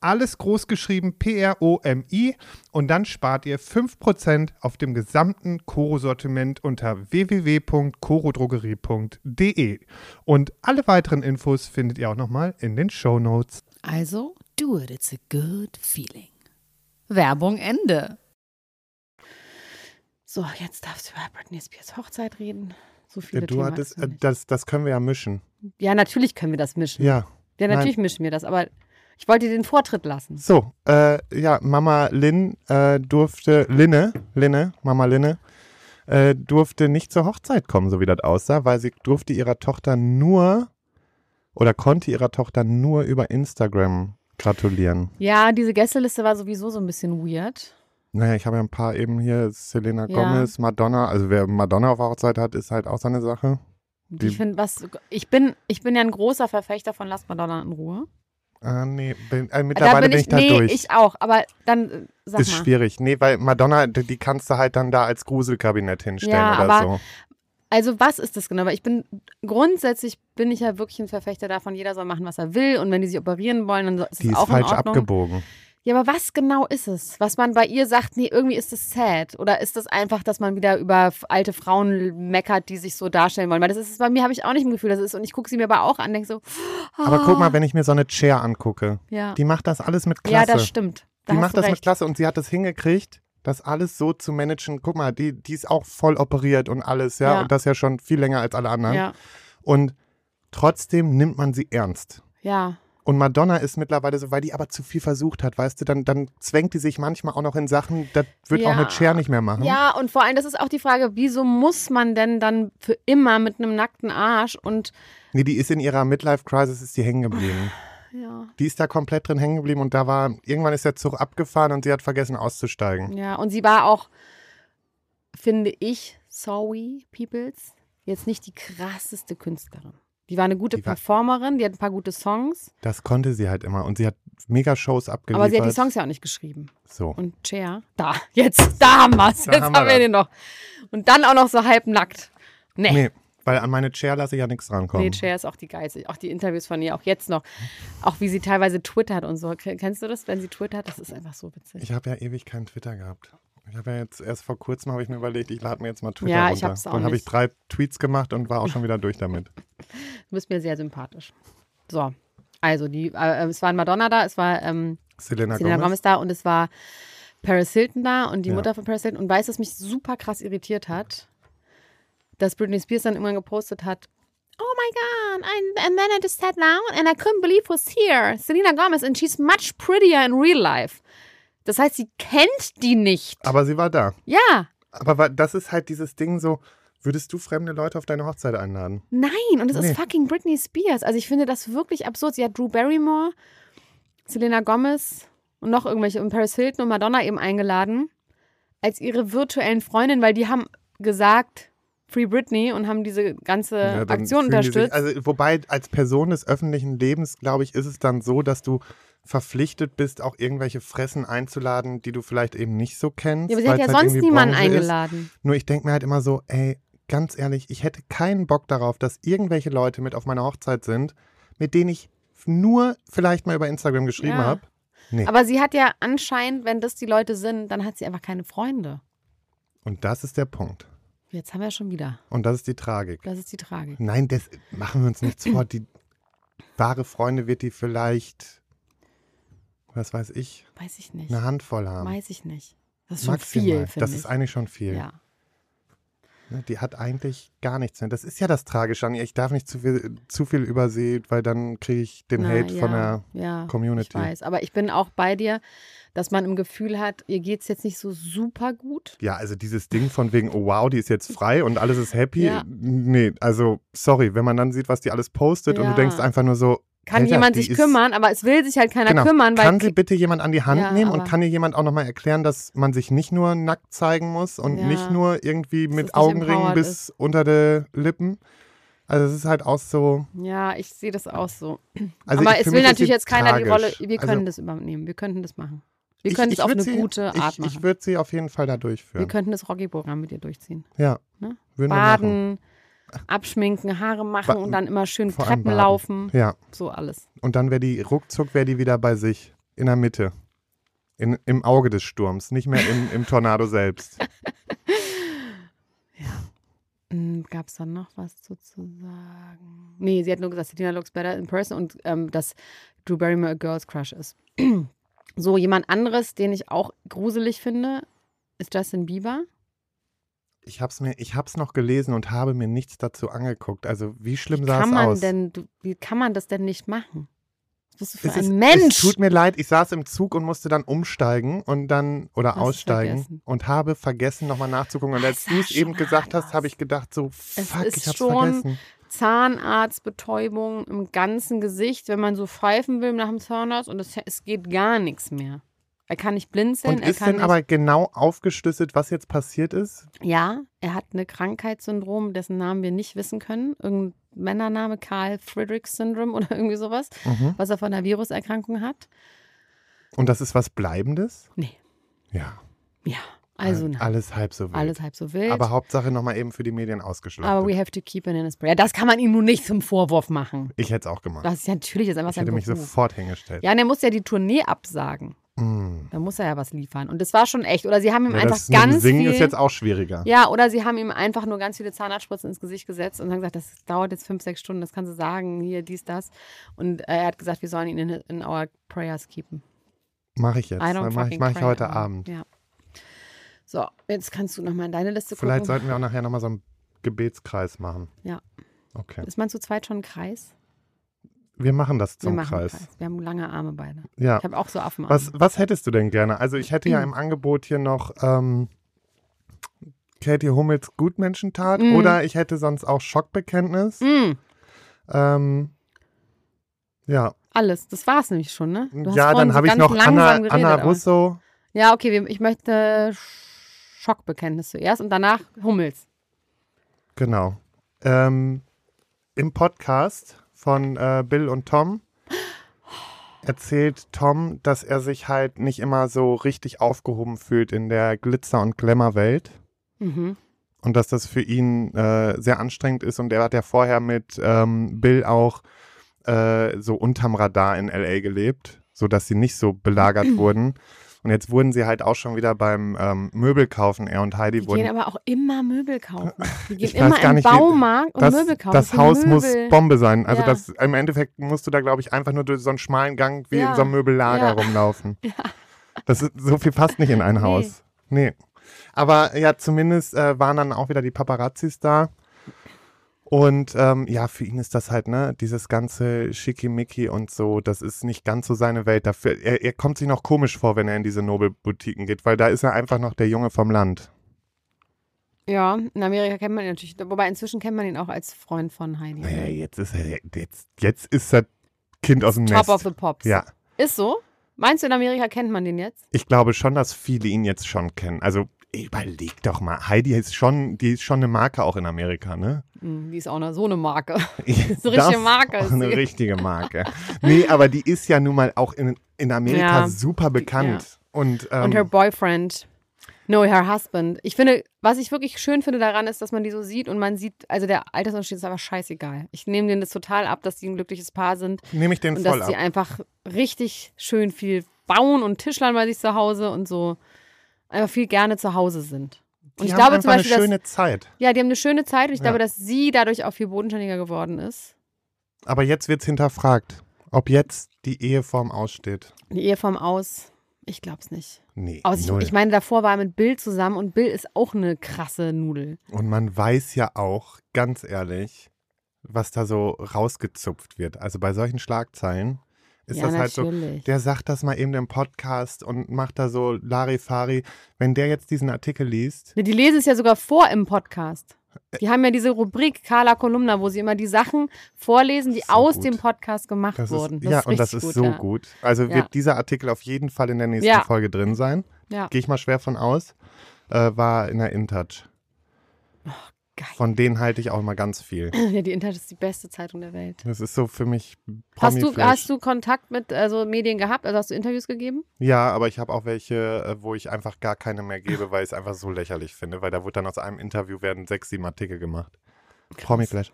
S4: alles groß geschrieben, P-R-O-M-I, und dann spart ihr 5% auf dem gesamten Koro-Sortiment unter www.korodrogerie.de. E. Und alle weiteren Infos findet ihr auch nochmal in den Shownotes.
S2: Also, do it, it's a good feeling. Werbung Ende.
S5: So, jetzt darfst du über Britney Spears Hochzeit reden. So
S3: Ja,
S5: viele
S3: du
S5: Themen
S3: hattest,
S5: hatten wir
S3: äh,
S5: nicht.
S3: das, das können wir ja mischen.
S5: Ja, natürlich können wir das mischen.
S3: Ja.
S5: ja, natürlich mischen wir das, aber ich wollte dir den Vortritt lassen.
S3: So, äh, ja, Mama Lin äh, durfte, Linne, Linne, Mama Linne, äh, durfte nicht zur Hochzeit kommen, so wie das aussah, weil sie durfte ihrer Tochter nur oder konnte ihrer Tochter nur über Instagram gratulieren.
S5: Ja, diese Gästeliste war sowieso so ein bisschen weird.
S3: Naja, ich habe ja ein paar eben hier, Selena
S5: Ja.
S3: Gomez, Madonna, also wer Madonna auf Hochzeit hat, ist halt auch seine Sache.
S5: Die
S3: Die-
S5: ich, find, was, ich, bin, ich bin ja ein großer Verfechter von Lass Madonna in Ruhe.
S3: Ah, nee, bin, äh, mittlerweile bin ich, da
S5: nee,
S3: durch.
S5: ich auch, aber dann äh, sag
S3: ist
S5: mal.
S3: schwierig. Nee, weil Madonna, die, die kannst du halt dann da als Gruselkabinett hinstellen
S5: Ja,
S3: oder
S5: aber-
S3: so.
S5: Also was ist das genau? Weil ich bin grundsätzlich bin ich ja wirklich ein Verfechter davon, jeder soll machen, was er will und wenn die sich operieren wollen, dann so- ist
S3: Die
S5: es
S3: ist
S5: auch
S3: falsch
S5: in Ordnung.
S3: abgebogen.
S5: Ja, aber was genau ist es, was man bei ihr sagt, nee, irgendwie ist es sad oder ist das einfach, dass man wieder über f- alte Frauen meckert, die sich so darstellen wollen? Weil das ist bei mir habe ich auch nicht im Gefühl, das ist und ich gucke sie mir aber auch an, denke so.
S3: Aber guck mal,
S5: wenn
S3: wenn ich mir so eine Chair angucke,
S5: [gasps] ja,
S3: die macht das alles mit
S5: ja,
S3: Klasse.
S5: das stimmt. Da
S3: die
S5: hast
S3: macht
S5: du
S3: das mit
S5: recht.
S3: Klasse und sie hat es hingekriegt, das alles so zu managen. Guck mal, die, die ist auch voll operiert und alles, ja,
S5: Ja.
S3: und das ja schon viel länger als alle anderen.
S5: Ja.
S3: Und Trotzdem nimmt man sie ernst.
S2: Ja.
S3: Und Madonna ist mittlerweile so, weil die aber zu viel versucht hat, weißt du, dann, dann zwängt die sich manchmal auch noch in Sachen, das wird
S2: Ja.
S3: auch eine Cher nicht mehr machen.
S2: Ja, und vor allem, das ist auch die Frage, wieso muss man denn dann für immer mit einem nackten Arsch und
S3: Nee, die ist in ihrer Midlife-Crisis, ist die hängen geblieben.
S2: ja,
S3: Die ist da komplett drin hängen geblieben und da war, irgendwann ist der Zug abgefahren und sie hat vergessen auszusteigen.
S2: ja, und sie war auch, finde ich, sorry, Peoples, jetzt nicht die krasseste Künstlerin. Die war eine gute
S3: Die war-
S2: Performerin, die hat ein paar gute Songs,
S3: Das konnte sie halt immer und sie hat mega Shows abgeliefert.
S2: aber sie hat die Songs ja auch nicht geschrieben.
S3: So.
S2: Und Cher, da, [laughs] jetzt, da haben wir's,
S3: Da
S2: jetzt
S3: haben
S2: haben
S3: wir
S2: wir,
S3: das.
S2: den noch. Und dann auch noch so halbnackt. Nee.
S3: Nee, weil an meine Chair lasse ich ja nichts rankommen.
S2: Nee, Cher ist auch die Geilste. Auch die Interviews von ihr, auch jetzt noch. Auch wie sie teilweise twittert und so. K- Kennst du das, wenn sie twittert? Das ist einfach so witzig.
S3: Ich habe ja ewig keinen Twitter gehabt. Ich habe ja jetzt erst vor kurzem habe ich mir überlegt, ich lade mir jetzt mal Twitter
S2: Ja, ich
S3: runter.
S2: hab's auch
S3: Dann habe ich
S2: nicht.
S3: drei Tweets gemacht und war auch schon wieder durch
S2: [laughs]
S3: damit.
S2: Du bist mir sehr sympathisch. So, also, die, äh, äh, es war Madonna da, es war ähm,
S3: Selena,
S2: Selena
S3: Gomez.
S2: Gomez da und es war Paris Hilton da und die
S3: Ja.
S2: Mutter von Paris Hilton. Und weißt du, was mich super krass irritiert hat? Dass Britney Spears dann irgendwann gepostet hat, Oh my God, I, and then I just sat down and I couldn't believe was here. Selena Gomez and she's much prettier in real life. Das heißt, sie kennt die nicht.
S3: Aber sie war da.
S2: Ja,
S3: Aber wa- das ist halt dieses Ding so, würdest du fremde Leute auf deine Hochzeit einladen?
S2: nein. Und es
S3: Nee.
S2: ist fucking Britney Spears. Also ich finde das wirklich absurd. Sie hat Drew Barrymore, Selena Gomez und noch irgendwelche und Paris Hilton und Madonna eben eingeladen als ihre virtuellen Freundinnen, weil die haben gesagt, Free Britney und haben diese ganze
S3: Ja, dann
S2: Äh, Aktion
S3: fühlen die
S2: unterstützt.
S3: Sich, also, wobei als Person des öffentlichen Lebens, glaube ich, ist es dann so, dass du verpflichtet bist, auch irgendwelche Fressen einzuladen, die du vielleicht eben nicht so kennst.
S2: ja, aber sie hat
S3: weil's
S2: ja
S3: halt
S2: sonst
S3: irgendwie
S2: niemanden
S3: Branche ist.
S2: eingeladen.
S3: Nur ich denke mir halt immer so, ey, ganz ehrlich, ich hätte keinen Bock darauf, dass irgendwelche Leute mit auf meiner Hochzeit sind, mit denen ich f- nur vielleicht mal über Instagram geschrieben
S2: Ja.
S3: habe. Nee.
S2: Aber sie hat ja anscheinend, wenn das die Leute sind, dann hat sie einfach keine Freunde.
S3: Und das ist der Punkt.
S2: Jetzt haben wir schon wieder.
S3: Und das ist die Tragik.
S2: Das ist die Tragik.
S3: Nein, das machen wir uns nichts vor. Die wahre Freunde wird die vielleicht, was weiß ich,
S2: Weiß ich nicht.
S3: eine Handvoll haben.
S2: Weiß ich nicht. Das ist schon viel, finde
S3: das
S2: ich.
S3: ist eigentlich schon viel.
S2: ja.
S3: Ne, Die hat eigentlich gar nichts mehr. Das ist ja das Tragische an ihr. Ich darf nicht zu viel, zu viel über sie, weil dann kriege ich den
S2: Na,
S3: Hate
S2: ja,
S3: von der
S2: ja,
S3: Community.
S2: Ich weiß, aber ich bin auch bei dir, dass man im Gefühl hat, ihr geht es jetzt nicht so super gut.
S3: Ja, also dieses Ding von wegen, oh wow, die ist jetzt frei und alles ist happy.
S2: Ja.
S3: Nee, also sorry, wenn man dann sieht, was die alles postet und du
S2: Ja.
S3: denkst einfach nur so,
S2: Kann
S3: Alter,
S2: jemand
S3: die
S2: sich
S3: ist-
S2: kümmern, aber es will sich halt keiner
S3: genau,
S2: kümmern, weil
S3: kann sie bitte jemand an die Hand
S2: Ja,
S3: nehmen und
S2: aber-
S3: kann dir jemand auch nochmal erklären, dass man sich nicht nur nackt zeigen muss und
S2: Ja.
S3: nicht nur irgendwie
S2: Dass
S3: mit
S2: es nicht
S3: Augenringen
S2: empowered
S3: bis unter die Lippen. Also es ist halt auch so,
S2: ja, ich sehe das auch so.
S3: also
S2: aber
S3: ich, für
S2: es
S3: mich
S2: will
S3: ist
S2: natürlich
S3: sie
S2: jetzt keiner die Rolle.
S3: tragisch.
S2: Wir
S3: Also
S2: können das übernehmen. Wir könnten das machen. Wir
S3: ich-
S2: können
S3: ich
S2: es auf
S3: würd
S2: eine
S3: sie,
S2: gute Art
S3: Ich, ich
S2: machen.
S3: würde sie auf jeden Fall da
S2: Wir
S3: durchführen.
S2: könnten das Rocky-Programm mit ihr durchziehen.
S3: ja,
S2: Ne?
S3: würden wir machen.
S2: Baden, abschminken, Haare machen
S3: Ba-
S2: und dann immer schön
S3: Vor allem
S2: Treppen
S3: baden.
S2: laufen.
S3: Ja.
S2: So alles.
S3: Und dann wäre die, ruckzuck wäre die wieder bei sich, in der Mitte. In, Im Auge des Sturms, nicht mehr im, im Tornado selbst.
S2: Gab es dann Hm, noch was zu, zu sagen? Nee, sie hat nur gesagt, Selena looks better in person und ähm, dass Drew Barrymore a girl's crush ist. [clears throat] so, jemand anderes, den ich auch gruselig finde, ist Justin Bieber.
S3: Ich hab's mir, ich hab's noch gelesen und habe mir nichts dazu angeguckt. Also wie schlimm
S2: Wie
S3: sah
S2: kann,
S3: es
S2: man
S3: aus?
S2: denn, du, wie kann man das denn nicht machen? Was bist du für
S3: es
S2: ein
S3: ist, Es
S2: Mensch?
S3: tut mir leid, ich saß im Zug und musste dann umsteigen und dann oder
S2: Hast es
S3: aussteigen
S2: vergessen.
S3: und habe vergessen, nochmal nachzugucken. Und
S2: Ah,
S3: als
S2: es
S3: du
S2: sah
S3: es eben
S2: schon
S3: gesagt hast,
S2: anders.
S3: habe ich gedacht, so,
S2: Es
S3: fuck,
S2: ist
S3: ich hab's
S2: schon-
S3: vergessen.
S2: Zahnarztbetäubung im ganzen Gesicht, wenn man so pfeifen will nach dem Zahnarzt und es, es geht gar nichts mehr. Er kann nicht blinzeln,
S3: Und
S2: er
S3: ist
S2: kann
S3: denn
S2: nicht,
S3: aber genau aufgeschlüsselt, was jetzt passiert ist?
S2: Ja, er hat eine Krankheitssyndrom, dessen Namen wir nicht wissen können. Irgendein Männername, Karl Friedrich Syndrom [laughs] oder irgendwie sowas,
S3: Mhm.
S2: was er von einer Viruserkrankung hat.
S3: Und das ist was Bleibendes?
S2: Nee.
S3: Ja.
S2: Ja, also
S3: Al-
S2: nein.
S3: Alles halb so Äh, wild.
S2: Alles halb so wild.
S3: Aber Hauptsache nochmal eben für die Medien ausgeschlossen.
S2: Aber we have to keep it in his prayer. Das kann man ihm nun nicht zum Vorwurf machen.
S3: ich hätte es auch gemacht.
S2: Das ist ja natürlich jetzt einfach
S3: ich hätte
S2: sein
S3: mich
S2: Beruf.
S3: sofort hingestellt.
S2: Ja, und er muss ja die Tournee absagen.
S3: Mm.
S2: Da muss er ja was liefern. Und das war schon echt. Oder sie haben ihm
S3: Ja,
S2: einfach
S3: das mit dem
S2: ganz
S3: Singen
S2: viel
S3: ist jetzt auch schwieriger.
S2: Ja, oder sie haben ihm einfach nur ganz viele Zahnarztspritzen ins Gesicht gesetzt und haben gesagt, das dauert jetzt fünf, sechs Stunden, das kannst du sagen, hier, dies, das. Und äh, er hat gesagt, wir sollen ihn in, in our prayers keepen.
S3: Mache ich jetzt.
S2: I don't
S3: Mache ich,
S2: fucking
S3: mach ich
S2: pray,
S3: heute
S2: aber-
S3: Abend.
S2: Ja. So, jetzt kannst du nochmal in deine Liste
S3: Vielleicht
S2: gucken.
S3: sollten wir auch nachher nochmal so einen Gebetskreis machen.
S2: Ja.
S3: Okay.
S2: Ist man zu zweit schon ein Kreis?
S3: Wir machen das
S2: Wir
S3: zum
S2: machen einen
S3: Kreis.
S2: Kreis. Wir haben lange Arme beide.
S3: Ja.
S2: Ich habe auch so Affenarme.
S3: Was, was hättest du denn gerne? Also ich hätte
S2: Hm.
S3: ja im Angebot hier noch ähm, Katie Hummels Gutmenschentat
S2: Mm.
S3: oder ich hätte sonst auch Schockbekenntnis.
S2: Mm,
S3: Ähm, ja,
S2: alles. Das war's nämlich schon, ne? Du hast
S3: ja
S2: vorhin
S3: dann
S2: so
S3: habe ich
S2: ganz
S3: noch
S2: langsam
S3: Anna,
S2: geredet,
S3: Anna
S2: aber-
S3: Russo.
S2: Ja, okay, wir, ich möchte Schockbekenntnis zuerst und danach Hummels.
S3: Genau. Ähm, Im Podcast von äh, Bill und Tom erzählt Tom, dass er sich halt nicht immer so richtig aufgehoben fühlt in der Glitzer- und Glamour-Welt.
S2: Mhm.
S3: und dass das für ihn äh, sehr anstrengend ist. Und er hat ja vorher mit ähm, Bill auch äh, so unterm Radar in LA gelebt, sodass sie nicht so belagert wurden. Und jetzt wurden sie halt auch schon wieder beim ähm, Möbelkaufen, er und Heidi
S2: Die gehen
S3: wurden.
S2: aber auch immer Möbel kaufen.
S3: [laughs]
S2: Die gehen
S3: Ich weiß
S2: immer
S3: gar
S2: im
S3: nicht, wie-
S2: Baumarkt und
S3: Das,
S2: Möbel kaufen.
S3: das
S2: sind
S3: Haus muss
S2: Möbel.
S3: Bombe sein. Also
S2: Ja.
S3: das im Endeffekt musst du da, glaube ich, einfach nur durch so einen schmalen Gang wie
S2: Ja.
S3: in so einem
S2: [laughs]
S3: Möbellager
S2: Ja.
S3: rumlaufen. Das ist, so viel passt nicht in ein Haus. Nee. Aber ja, zumindest äh, waren dann auch wieder die Paparazzis da. Und ähm, ja, für ihn ist das halt, ne, dieses ganze Schickimicki und so, das ist nicht ganz so seine Welt. Dafür, er, er kommt sich noch komisch vor, wenn er in diese Nobelboutiquen geht, weil da ist er einfach noch der Junge vom Land.
S2: Ja, in Amerika kennt man ihn natürlich. Wobei inzwischen kennt man ihn auch als Freund von Heidi.
S3: Naja, jetzt ist er, jetzt, jetzt ist er Kind aus dem
S2: Top
S3: Nest.
S2: of the Pops.
S3: ja,
S2: Ist so? Meinst du, in Amerika kennt man den jetzt?
S3: ich glaube schon, dass viele ihn jetzt schon kennen. Also überleg doch mal, Heidi ist schon, die ist schon eine Marke auch in
S2: [laughs]
S3: Amerika, ne?
S2: Hm, die ist auch eine, so eine Marke.
S3: Ähm. ist
S2: eine richtige Marke, ist
S3: Eine
S2: sie.
S3: richtige Marke. Nee, aber die ist ja nun mal auch in, in Amerika
S2: Ja.
S3: super bekannt. Und, ähm,
S2: Und her boyfriend. No, her husband. Ich finde, was ich wirklich schön finde daran ist, dass man die so sieht und man sieht, also der Altersunterschied ist aber scheißegal. Ich nehme denen das total ab, dass die ein glückliches Paar sind
S3: nehme ich den
S2: und
S3: voll
S2: dass
S3: ab.
S2: sie einfach richtig schön viel bauen und Tischlern bei sich zu Hause und so einfach viel gerne zu Hause sind. Und
S3: die
S2: ich
S3: haben
S2: glaube
S3: einfach
S2: zum Beispiel,
S3: eine
S2: dass,
S3: schöne Zeit.
S2: ja, die haben eine schöne Zeit und ich
S3: Ja.
S2: glaube, dass sie dadurch auch viel bodenständiger geworden ist.
S3: Aber jetzt wird es hinterfragt, ob jetzt die Eheform aussteht.
S2: Die Eheform aus, ich glaube es nicht.
S3: Nee,
S2: Aus, ich,
S3: null.
S2: ich meine, davor war er mit Bill zusammen und Bill ist auch eine krasse Nudel.
S3: Und man weiß ja auch, ganz ehrlich, was da so rausgezupft wird. Also bei solchen Schlagzeilen ist
S2: ja,
S3: das halt so.
S2: natürlich.
S3: Der sagt das mal eben im Podcast und macht da so Larifari. Wenn der jetzt diesen Artikel liest,
S2: Ne, die lesen es ja sogar vor im Podcast. Die haben ja diese Rubrik Carla Kolumna, wo sie immer die Sachen vorlesen, die
S3: ist so
S2: aus
S3: gut.
S2: dem Podcast gemacht
S3: das
S2: wurden.
S3: ist, ja, und das ist
S2: richtig
S3: so
S2: ja.
S3: gut. Also
S2: Ja.
S3: wird dieser Artikel auf jeden Fall in der nächsten
S2: Ja.
S3: Folge drin sein.
S2: Ja.
S3: Gehe ich mal schwer von aus. Äh, war in der InTouch.
S2: Oh, geil.
S3: Von denen halte ich auch immer ganz viel.
S2: Ja, die Internet ist die beste Zeitung der Welt.
S3: Das ist so für mich.
S2: Hast du,
S3: Promi-Flash.
S2: hast du Kontakt mit also Medien gehabt? Also hast du Interviews gegeben?
S3: Ja, aber ich habe auch welche, äh, wo ich einfach gar keine mehr gebe, weil ich es einfach so lächerlich finde, weil da wurde dann aus einem Interview werden sechs, sieben Artikel gemacht. Promiflash.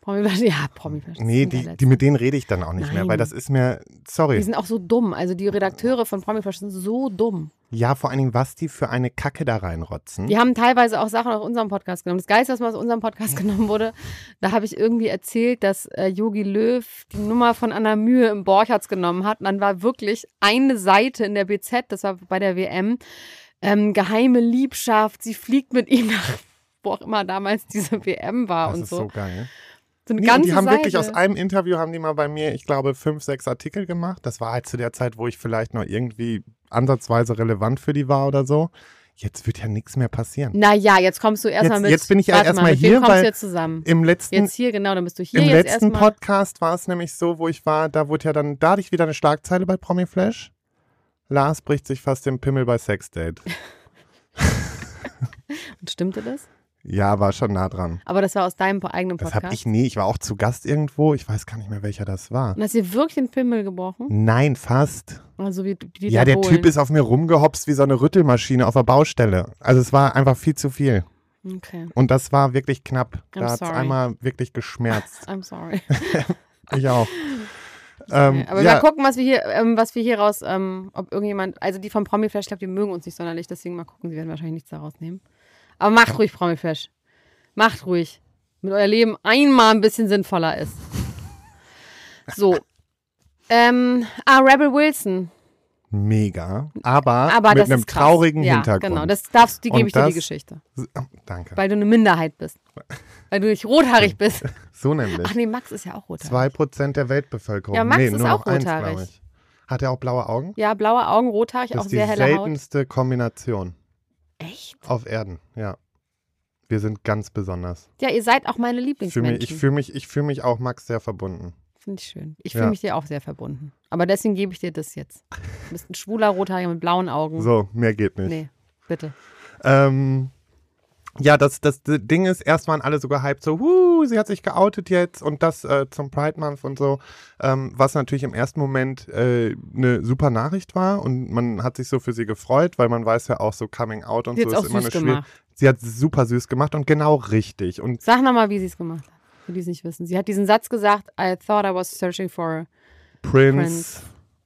S2: Promi [laughs] ja, Promi
S3: Nee, die, die, mit denen rede ich dann auch nicht mehr, weil
S2: Nein.
S3: das ist mir,
S2: die
S3: sorry.
S2: sind auch so dumm. Also die Redakteure von Promi sind so dumm.
S3: Ja, vor allen Dingen, was die für eine Kacke da reinrotzen.
S2: Die haben teilweise auch Sachen aus unserem Podcast genommen. Das Geilste, was mal aus unserem Podcast [laughs] genommen wurde, da habe ich irgendwie erzählt, dass äh, Jogi Löw die Nummer von Anna Mühe im Borchards genommen hat. Und dann war wirklich eine Seite in der BZ, das war bei der WM, ähm, geheime Liebschaft, sie fliegt mit ihm [laughs] nach, wo auch immer damals diese WM war
S3: das
S2: und
S3: ist so,
S2: so.
S3: geil.
S2: so eine
S3: Nee, und
S2: ganze
S3: die haben
S2: Seite.
S3: wirklich aus einem Interview, haben die mal bei mir, ich glaube, fünf, sechs Artikel gemacht. Das war halt zu der Zeit, wo ich vielleicht noch irgendwie ansatzweise relevant für die war oder so. Jetzt wird ja nichts mehr passieren.
S2: naja, jetzt kommst du
S3: Jetzt-
S2: erstmal mit.
S3: jetzt bin ich ja
S2: warte
S3: erstmal
S2: mal, mit
S3: hier,
S2: Wem kommst
S3: weil-
S2: du jetzt zusammen?
S3: Im letzten
S2: Jetzt hier, genau, dann bist du hier
S3: Im
S2: jetzt
S3: letzten
S2: erstmal.
S3: Podcast war es nämlich so, wo ich war, da wurde ja dann, da hatte ich wieder eine Schlagzeile bei Promi Flash. Lars bricht sich fast den Pimmel bei Sexdate.
S2: Und Stimmte das?
S3: Ja, war schon nah dran.
S2: Aber das war aus deinem eigenen
S3: Das
S2: Podcast.
S3: habe ich nie. Ich war auch zu Gast irgendwo. Ich weiß gar nicht mehr, welcher das war.
S2: Und hast dir wirklich den Pimmel gebrochen?
S3: Nein, fast.
S2: Also wie Dieter
S3: Ja, der
S2: Bohlen.
S3: Typ ist auf mir rumgehopst wie so eine Rüttelmaschine auf der Baustelle. Also es war einfach viel zu viel.
S2: Okay,
S3: Und das war wirklich knapp.
S2: I'm
S3: Da hat es
S2: sorry.
S3: einmal wirklich
S2: [laughs]
S3: geschmerzt.
S2: I'm sorry.
S3: Ich auch. [laughs] Ähm,
S2: Aber
S3: ja,
S2: mal gucken, was wir hier, ähm, was wir hier raus, ähm, ob irgendjemand, also die von Promiflash, ich glaube, die mögen uns nicht sonderlich, deswegen mal gucken, sie werden wahrscheinlich nichts daraus nehmen. Aber macht ruhig Promiflash. Macht ruhig. Mit euer Leben einmal ein bisschen sinnvoller ist. So. Ähm, ah, Rebel Wilson. Ah,
S3: mega, aber,
S2: Aber
S3: mit
S2: das
S3: einem
S2: ist krass.
S3: traurigen
S2: ja,
S3: Hintergrund.
S2: Genau, das darfst die
S3: Und
S2: gebe ich dir die
S3: das-
S2: Geschichte.
S3: oh, Danke.
S2: Weil du eine Minderheit bist. Weil du nicht rothaarig
S3: [laughs]
S2: bist.
S3: So nämlich.
S2: Ach nee, Max ist ja auch rothaarig.
S3: Zwei Prozent der Weltbevölkerung.
S2: Ja, Max
S3: nee,
S2: ist
S3: nur
S2: auch
S3: noch eins,
S2: rothaarig.
S3: glaube ich. Hat er auch blaue Augen?
S2: Ja, blaue Augen, rothaarig,
S3: Das
S2: auch
S3: ist die
S2: sehr helle Haut.
S3: seltenste Kombination
S2: Echt?
S3: auf Erden, ja. Wir sind ganz besonders.
S2: Ja, ihr seid auch meine
S3: Ich fühle mich, ich
S2: Lieblingsmenschen.
S3: fühl mich, ich fühl mich auch Max sehr verbunden.
S2: Finde ich schön. Ich fühle
S3: Ja.
S2: mich dir auch sehr verbunden. Aber deswegen gebe ich dir das jetzt. Du bist ein schwuler Rothaariger mit blauen Augen.
S3: So, mehr geht nicht.
S2: Mhm. Nee, bitte.
S3: Ähm, ja, das, das Ding ist, erst waren alle so gehypt, so, huh, sie hat sich geoutet jetzt und das äh, zum Pride Month und so, ähm, was natürlich im ersten Moment äh, eine super Nachricht war und man hat sich so für sie gefreut, weil man weiß ja auch so Coming Out und
S2: Sie hat's
S3: so
S2: auch
S3: ist immer
S2: süß
S3: eine schwierige.
S2: gemacht.
S3: Sie hat super süß gemacht und genau richtig und
S2: Sag nochmal, wie sie es gemacht hat. Für die es nicht wissen. Sie hat diesen Satz gesagt, I thought I was searching for
S3: Prince,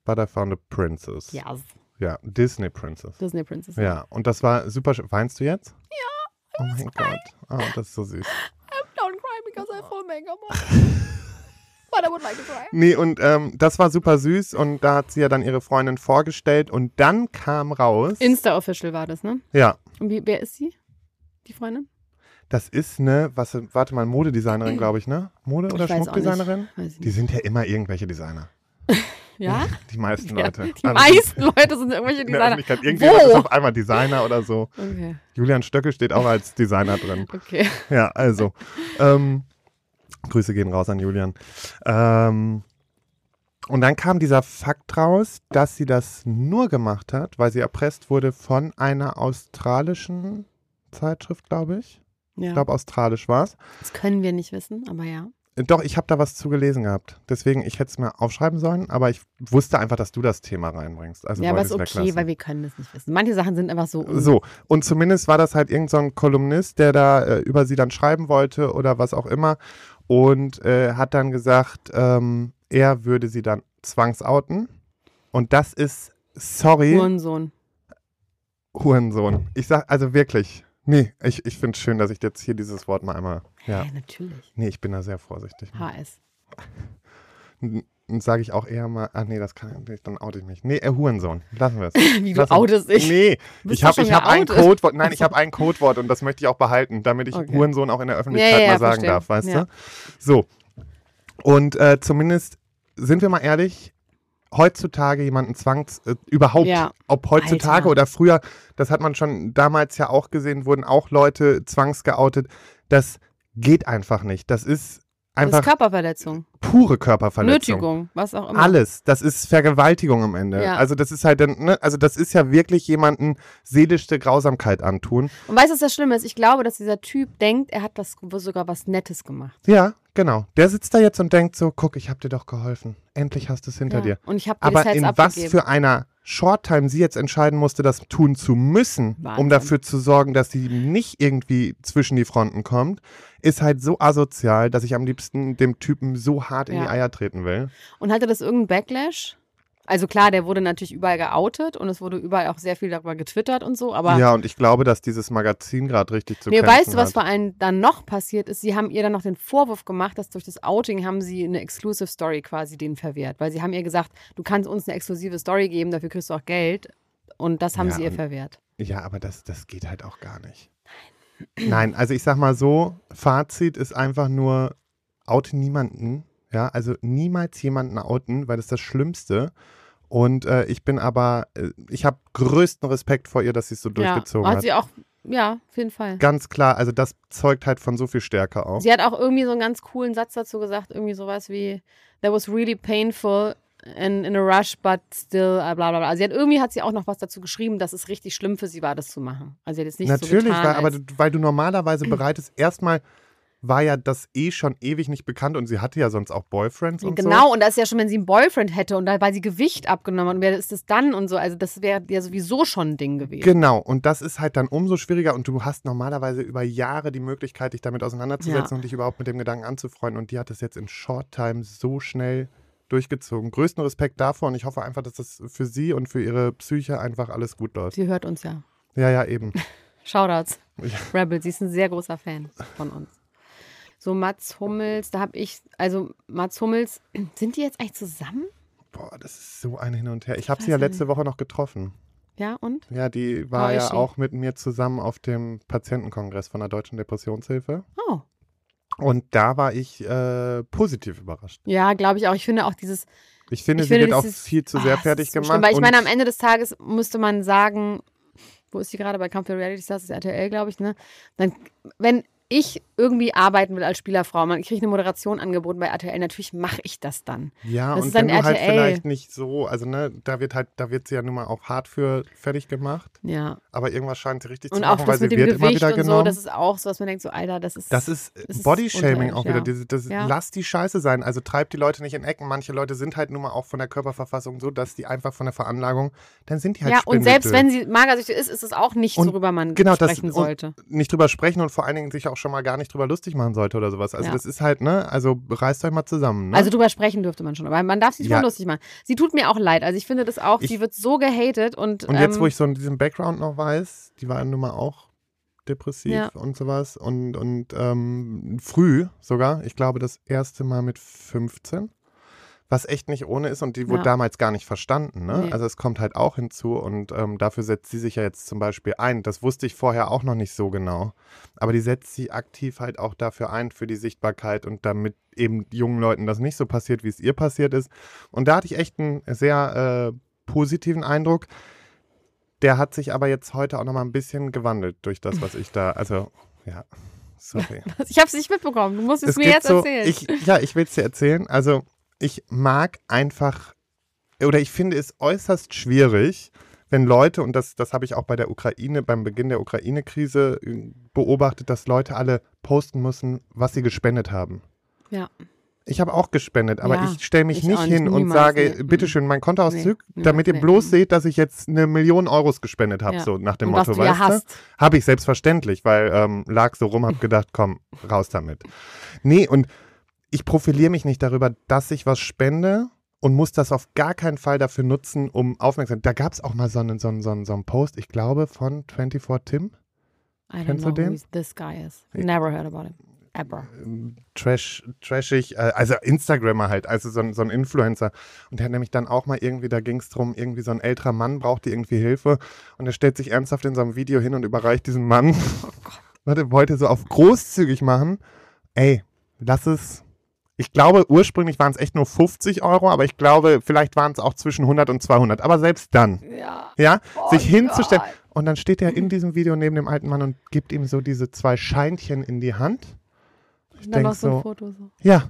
S3: but I found a princess.
S2: a yes,
S3: Ja, Disney Princess.
S2: Disney Princess.
S3: Ja, und das war super. sch- Weinst du jetzt? Ja. Oh mein Gott. Oh, das ist so süß.
S2: Don't cry because I have full makeup
S3: [laughs]
S2: on. But I would like to cry.
S3: Nee, und ähm, das war super süß und da hat sie ja dann ihre Freundin vorgestellt und dann kam raus.
S2: Insta-Official war das, ne?
S3: ja,
S2: Und wie, wer ist sie? Die Freundin?
S3: das ist eine, was, warte mal, Modedesignerin, glaube ich, ne? Mode- oder
S2: Mhm. weiß auch nicht.
S3: Schmuckdesignerin?
S2: Weiß ich
S3: Die sind ja immer irgendwelche Designer.
S2: Ja?
S3: [laughs] Die meisten
S2: Ja,
S3: Leute. Also,
S2: Die meisten Leute sind irgendwelche
S3: In der
S2: Designer.
S3: Öffentlichkeit. Irgendjemand ist
S2: Wo?
S3: auf einmal Designer oder so.
S2: Okay,
S3: Julian Stöckel steht auch als Designer drin.
S2: okay.
S3: Ja, also. Ähm, Grüße gehen raus an Julian. Ähm, und dann kam dieser Fakt raus, dass sie das nur gemacht hat, weil sie erpresst wurde von einer australischen Zeitschrift, glaube ich. Ich
S2: Ja.
S3: glaube, australisch war es.
S2: Das können wir nicht wissen, aber ja.
S3: Doch, ich habe da was zu gelesen gehabt. Deswegen, ich hätte es mir aufschreiben sollen, aber ich wusste einfach, dass du das Thema reinbringst. Also
S2: ja, aber ist
S3: wollte ich's
S2: okay,
S3: weglassen.
S2: weil wir können das nicht wissen. Manche Sachen sind einfach so. un-
S3: So, und zumindest war das halt irgendein so ein Kolumnist, der da äh, über sie dann schreiben wollte oder was auch immer und äh, hat dann gesagt, ähm, er würde sie dann zwangsouten. Und das ist, sorry,
S2: Hurensohn.
S3: Hurensohn. Ich sag, also wirklich, nee, ich, ich finde es schön, dass ich jetzt hier dieses Wort mal einmal,
S2: Ja.
S3: ja,
S2: natürlich.
S3: nee, ich bin da sehr vorsichtig.
S2: HS.
S3: Sage ich auch eher mal, ach nee, das kann ich nicht, dann oute ich mich. Nee, äh, Hurensohn, lassen wir
S2: [laughs]
S3: es.
S2: Wie du
S3: Lassen wir-
S2: outest dich.
S3: Nee,
S2: bist
S3: ich
S2: doch
S3: habe
S2: schon
S3: hab ein
S2: geoutet.
S3: Codewort, nein, ich habe ein Codewort und das möchte ich auch behalten, damit ich
S2: Okay.
S3: Hurensohn auch in der Öffentlichkeit
S2: Ja, ja, ja,
S3: mal sagen
S2: verstehe.
S3: darf, weißt
S2: Ja.
S3: du? So. Und äh, zumindest, sind wir mal ehrlich, heutzutage jemanden zwangs, äh, überhaupt,
S2: Ja.
S3: ob heutzutage
S2: Alter.
S3: oder früher, das hat man schon damals ja auch gesehen, wurden auch Leute zwangsgeoutet. Das geht einfach nicht. Das ist
S2: Das ist
S3: einfach
S2: Körperverletzung.
S3: pure Körperverletzung.
S2: Nötigung, was auch immer.
S3: Alles, das ist Vergewaltigung am Ende.
S2: Ja.
S3: Also das ist halt, dann, ne, also das ist ja wirklich jemanden seelischste Grausamkeit antun.
S2: Und weißt du, was das Schlimme ist? Ich glaube, dass dieser Typ denkt, er hat das sogar was Nettes gemacht.
S3: Ja, genau. Der sitzt da jetzt und denkt so, guck, ich hab dir doch geholfen. Endlich hast du es hinter
S2: ja.
S3: dir.
S2: Und ich habe dir
S3: Aber
S2: das jetzt
S3: in was
S2: abgegeben.
S3: für einer Short-Time sie jetzt entscheiden musste, das tun zu müssen,
S2: Wahnsinn.
S3: um dafür zu sorgen, dass sie nicht irgendwie zwischen die Fronten kommt, ist halt so asozial, dass ich am liebsten dem Typen so hart in
S2: Ja.
S3: die Eier treten will.
S2: Und hatte das irgendeinen Backlash? Also klar, der wurde natürlich überall geoutet und es wurde überall auch sehr viel darüber getwittert und so, aber
S3: ja, und ich glaube, dass dieses Magazin gerade richtig zu
S2: nee,
S3: kämpfen
S2: weißt du, was
S3: hat.
S2: vor allem dann noch passiert ist? Sie haben ihr dann noch den Vorwurf gemacht, dass durch das Outing haben sie eine Exclusive Story quasi denen verwehrt, weil sie haben ihr gesagt, du kannst uns eine exklusive Story geben, dafür kriegst du auch Geld und das haben
S3: Ja,
S2: sie ihr
S3: und-
S2: verwehrt.
S3: Ja, aber das, das geht halt auch gar nicht. Nein. Nein, also ich sag mal so, Fazit ist einfach nur, oute niemanden. Ja, also niemals jemanden outen, weil das ist das Schlimmste. Und äh, ich bin aber, äh, ich habe größten Respekt vor ihr, dass sie es so durchgezogen
S2: ja,
S3: hat.
S2: hat sie auch, ja, auf jeden Fall.
S3: Ganz klar, also das zeugt halt von so viel Stärke auch.
S2: Sie hat auch irgendwie so einen ganz coolen Satz dazu gesagt, irgendwie sowas wie That was really painful and in a rush, but still, äh, bla bla bla. Also sie hat irgendwie hat sie auch noch was dazu geschrieben, dass es richtig schlimm für sie war, das zu machen. Also sie hat jetzt nicht so
S3: Natürlich,
S2: getan,
S3: weil, aber
S2: als,
S3: du- weil
S2: [clears throat]
S3: du normalerweise bereitest, erstmal war ja das eh schon ewig nicht bekannt und sie hatte ja sonst auch Boyfriends und so.
S2: genau. Und das ist ja schon, wenn sie einen Boyfriend hätte und da weil sie Gewicht abgenommen hat und wer ist das dann und so. Also das wäre ja sowieso schon ein Ding gewesen.
S3: Genau, und das ist halt dann umso schwieriger und du hast normalerweise über Jahre die Möglichkeit, dich damit auseinanderzusetzen
S2: Ja.
S3: und dich überhaupt mit dem Gedanken anzufreunden und die hat es jetzt in Short Time so schnell durchgezogen. Größten Respekt davor und ich hoffe einfach, dass das für sie und für ihre Psyche einfach alles gut läuft.
S2: sie hört uns ja.
S3: Ja,
S2: [laughs]
S3: ja, eben.
S2: Shoutouts.
S3: Ja.
S2: Rebel, sie ist ein sehr großer Fan von uns. [clears throat] So Mats Hummels, da habe ich, also Mats Hummels, sind die jetzt eigentlich zusammen?
S3: Boah, das ist so ein Hin und Her. Ich habe sie ja letzte Woche noch getroffen.
S2: Ja, und?
S3: Ja, die war
S2: Oh, ist
S3: ja
S2: sie?
S3: auch mit mir zusammen auf dem Patientenkongress von der Deutschen Depressionshilfe.
S2: Oh.
S3: Und da war ich äh, positiv überrascht.
S2: Ja, glaube ich auch. Ich finde auch dieses.
S3: Ich finde,
S2: Ich
S3: sie
S2: finde,
S3: wird auch
S2: dieses-
S3: viel zu
S2: Ah,
S3: sehr
S2: es
S3: fertig
S2: ist so
S3: gemacht.
S2: schlimm, Weil ich
S3: und
S2: meine, am Ende des Tages müsste man sagen, wo ist die gerade bei Kampf der Reality Stars, das ist RTL, glaube ich, ne? Dann, wenn ich irgendwie arbeiten will als Spielerfrau, man kriege eine Moderation angeboten bei RTL, natürlich mache ich das dann.
S3: ja,
S2: das
S3: und
S2: ist
S3: wenn
S2: dann
S3: du halt
S2: RTL.
S3: vielleicht nicht so, also ne, da wird halt, da wird sie ja nun mal auch hart für fertig gemacht.
S2: Ja.
S3: Aber irgendwas scheint sie richtig
S2: Und
S3: zu
S2: auch
S3: machen, weil
S2: das
S3: sie
S2: mit dem
S3: wird immer
S2: Gewicht
S3: wieder
S2: und
S3: genommen.
S2: so, das ist auch so, dass man denkt, so, Alter, das ist.
S3: Das ist
S2: Es ist
S3: Bodyshaming
S2: unterirdisch,
S3: auch
S2: ja.
S3: wieder. Diese, das,
S2: Ja.
S3: Lass die Scheiße sein. Also treibt die Leute nicht in Ecken. Manche Leute sind halt nun mal auch von der Körperverfassung so, dass die einfach von der Veranlagung, dann sind die halt
S2: ja, und
S3: Spindeldö.
S2: selbst wenn sie magersüchtig ist, ist es auch nicht,
S3: Und
S2: worüber man
S3: genau, das-
S2: sprechen
S3: und-
S2: sollte.
S3: nicht drüber sprechen und vor allen Dingen sich auch schon mal gar nicht drüber lustig machen sollte oder sowas. Also
S2: Ja.
S3: das ist halt, ne? Also reißt euch mal zusammen. Ne?
S2: Also drüber sprechen dürfte man schon, aber man darf sich
S3: Ja.
S2: schon lustig machen. Sie tut mir auch leid. Also ich finde das auch,
S3: Ich-
S2: sie wird so gehatet und.
S3: und jetzt,
S2: ähm,
S3: wo ich so in diesem Background noch weiß, die war nun mal auch depressiv
S2: Ja.
S3: und sowas und, und ähm, früh sogar, ich glaube das erste Mal mit 15, was echt nicht ohne ist und die wurde
S2: Ja.
S3: damals gar nicht verstanden. Ne?
S2: Nee.
S3: Also es kommt halt auch hinzu und ähm, dafür setzt sie sich ja jetzt zum Beispiel ein. Das wusste ich vorher auch noch nicht so genau, aber die setzt sie aktiv halt auch dafür ein, für die Sichtbarkeit und damit eben jungen Leuten das nicht so passiert, wie es ihr passiert ist. Und da hatte ich echt einen sehr äh, positiven Eindruck. Der hat sich aber jetzt heute auch nochmal ein bisschen gewandelt durch das, was ich da, also, ja, sorry.
S2: [laughs] Ich habe es nicht mitbekommen. Du musst es, mir
S3: gibt
S2: jetzt
S3: so,
S2: erzählen.
S3: ich, ja, ich will es dir erzählen. Also, ich mag einfach, oder ich finde es äußerst schwierig, wenn Leute, und das, das habe ich auch bei der Ukraine, beim Beginn der Ukraine-Krise äh, beobachtet, dass Leute alle posten müssen, was sie gespendet haben.
S2: Ja.
S3: Ich habe auch gespendet, aber
S2: Ja,
S3: ich stelle mich
S2: ich
S3: nicht
S2: auch nicht,
S3: hin und
S2: niemals,
S3: sage,
S2: nee, mm.
S3: bitteschön, mein Kontoauszug,
S2: Nee,
S3: damit ihr
S2: nee,
S3: bloß
S2: mm.
S3: seht, dass ich jetzt eine Million Euros gespendet habe,
S2: Ja.
S3: so nach dem
S2: und was
S3: Motto,
S2: du ja
S3: weißt du?
S2: hast.
S3: Habe ich selbstverständlich, weil ähm, lag so rum, habe gedacht, komm, raus damit. Nee, und ich profiliere mich nicht darüber, dass ich was spende und muss das auf gar keinen Fall dafür nutzen, um aufmerksam. Da gab es auch mal so einen, so, einen, so, einen, so einen Post, ich glaube, von 24 Tim.
S2: I don't
S3: Kennst
S2: know
S3: du den?
S2: who this guy is. Never heard about him. Ever.
S3: trash, trashig, äh, also Instagrammer halt, also so, ein- so ein Influencer. Und der hat nämlich dann auch mal irgendwie, da ging es drum, irgendwie so ein älterer Mann brauchte irgendwie Hilfe und er stellt sich ernsthaft in so einem Video hin und überreicht diesen Mann. [laughs] Warte, wollte so auf großzügig machen. Ey, lass es. Ich glaube, ursprünglich waren es echt nur 50 Euro, aber ich glaube, vielleicht waren es auch zwischen 100 und 200. Aber selbst dann,
S2: Ja.
S3: ja, sich hinzustellen.
S2: Gott.
S3: Und dann steht er in diesem Video neben dem alten Mann und gibt ihm so diese zwei Scheinchen in die Hand.
S2: Ich dann noch
S3: denk
S2: so ein
S3: so-
S2: Foto. So.
S3: Ja,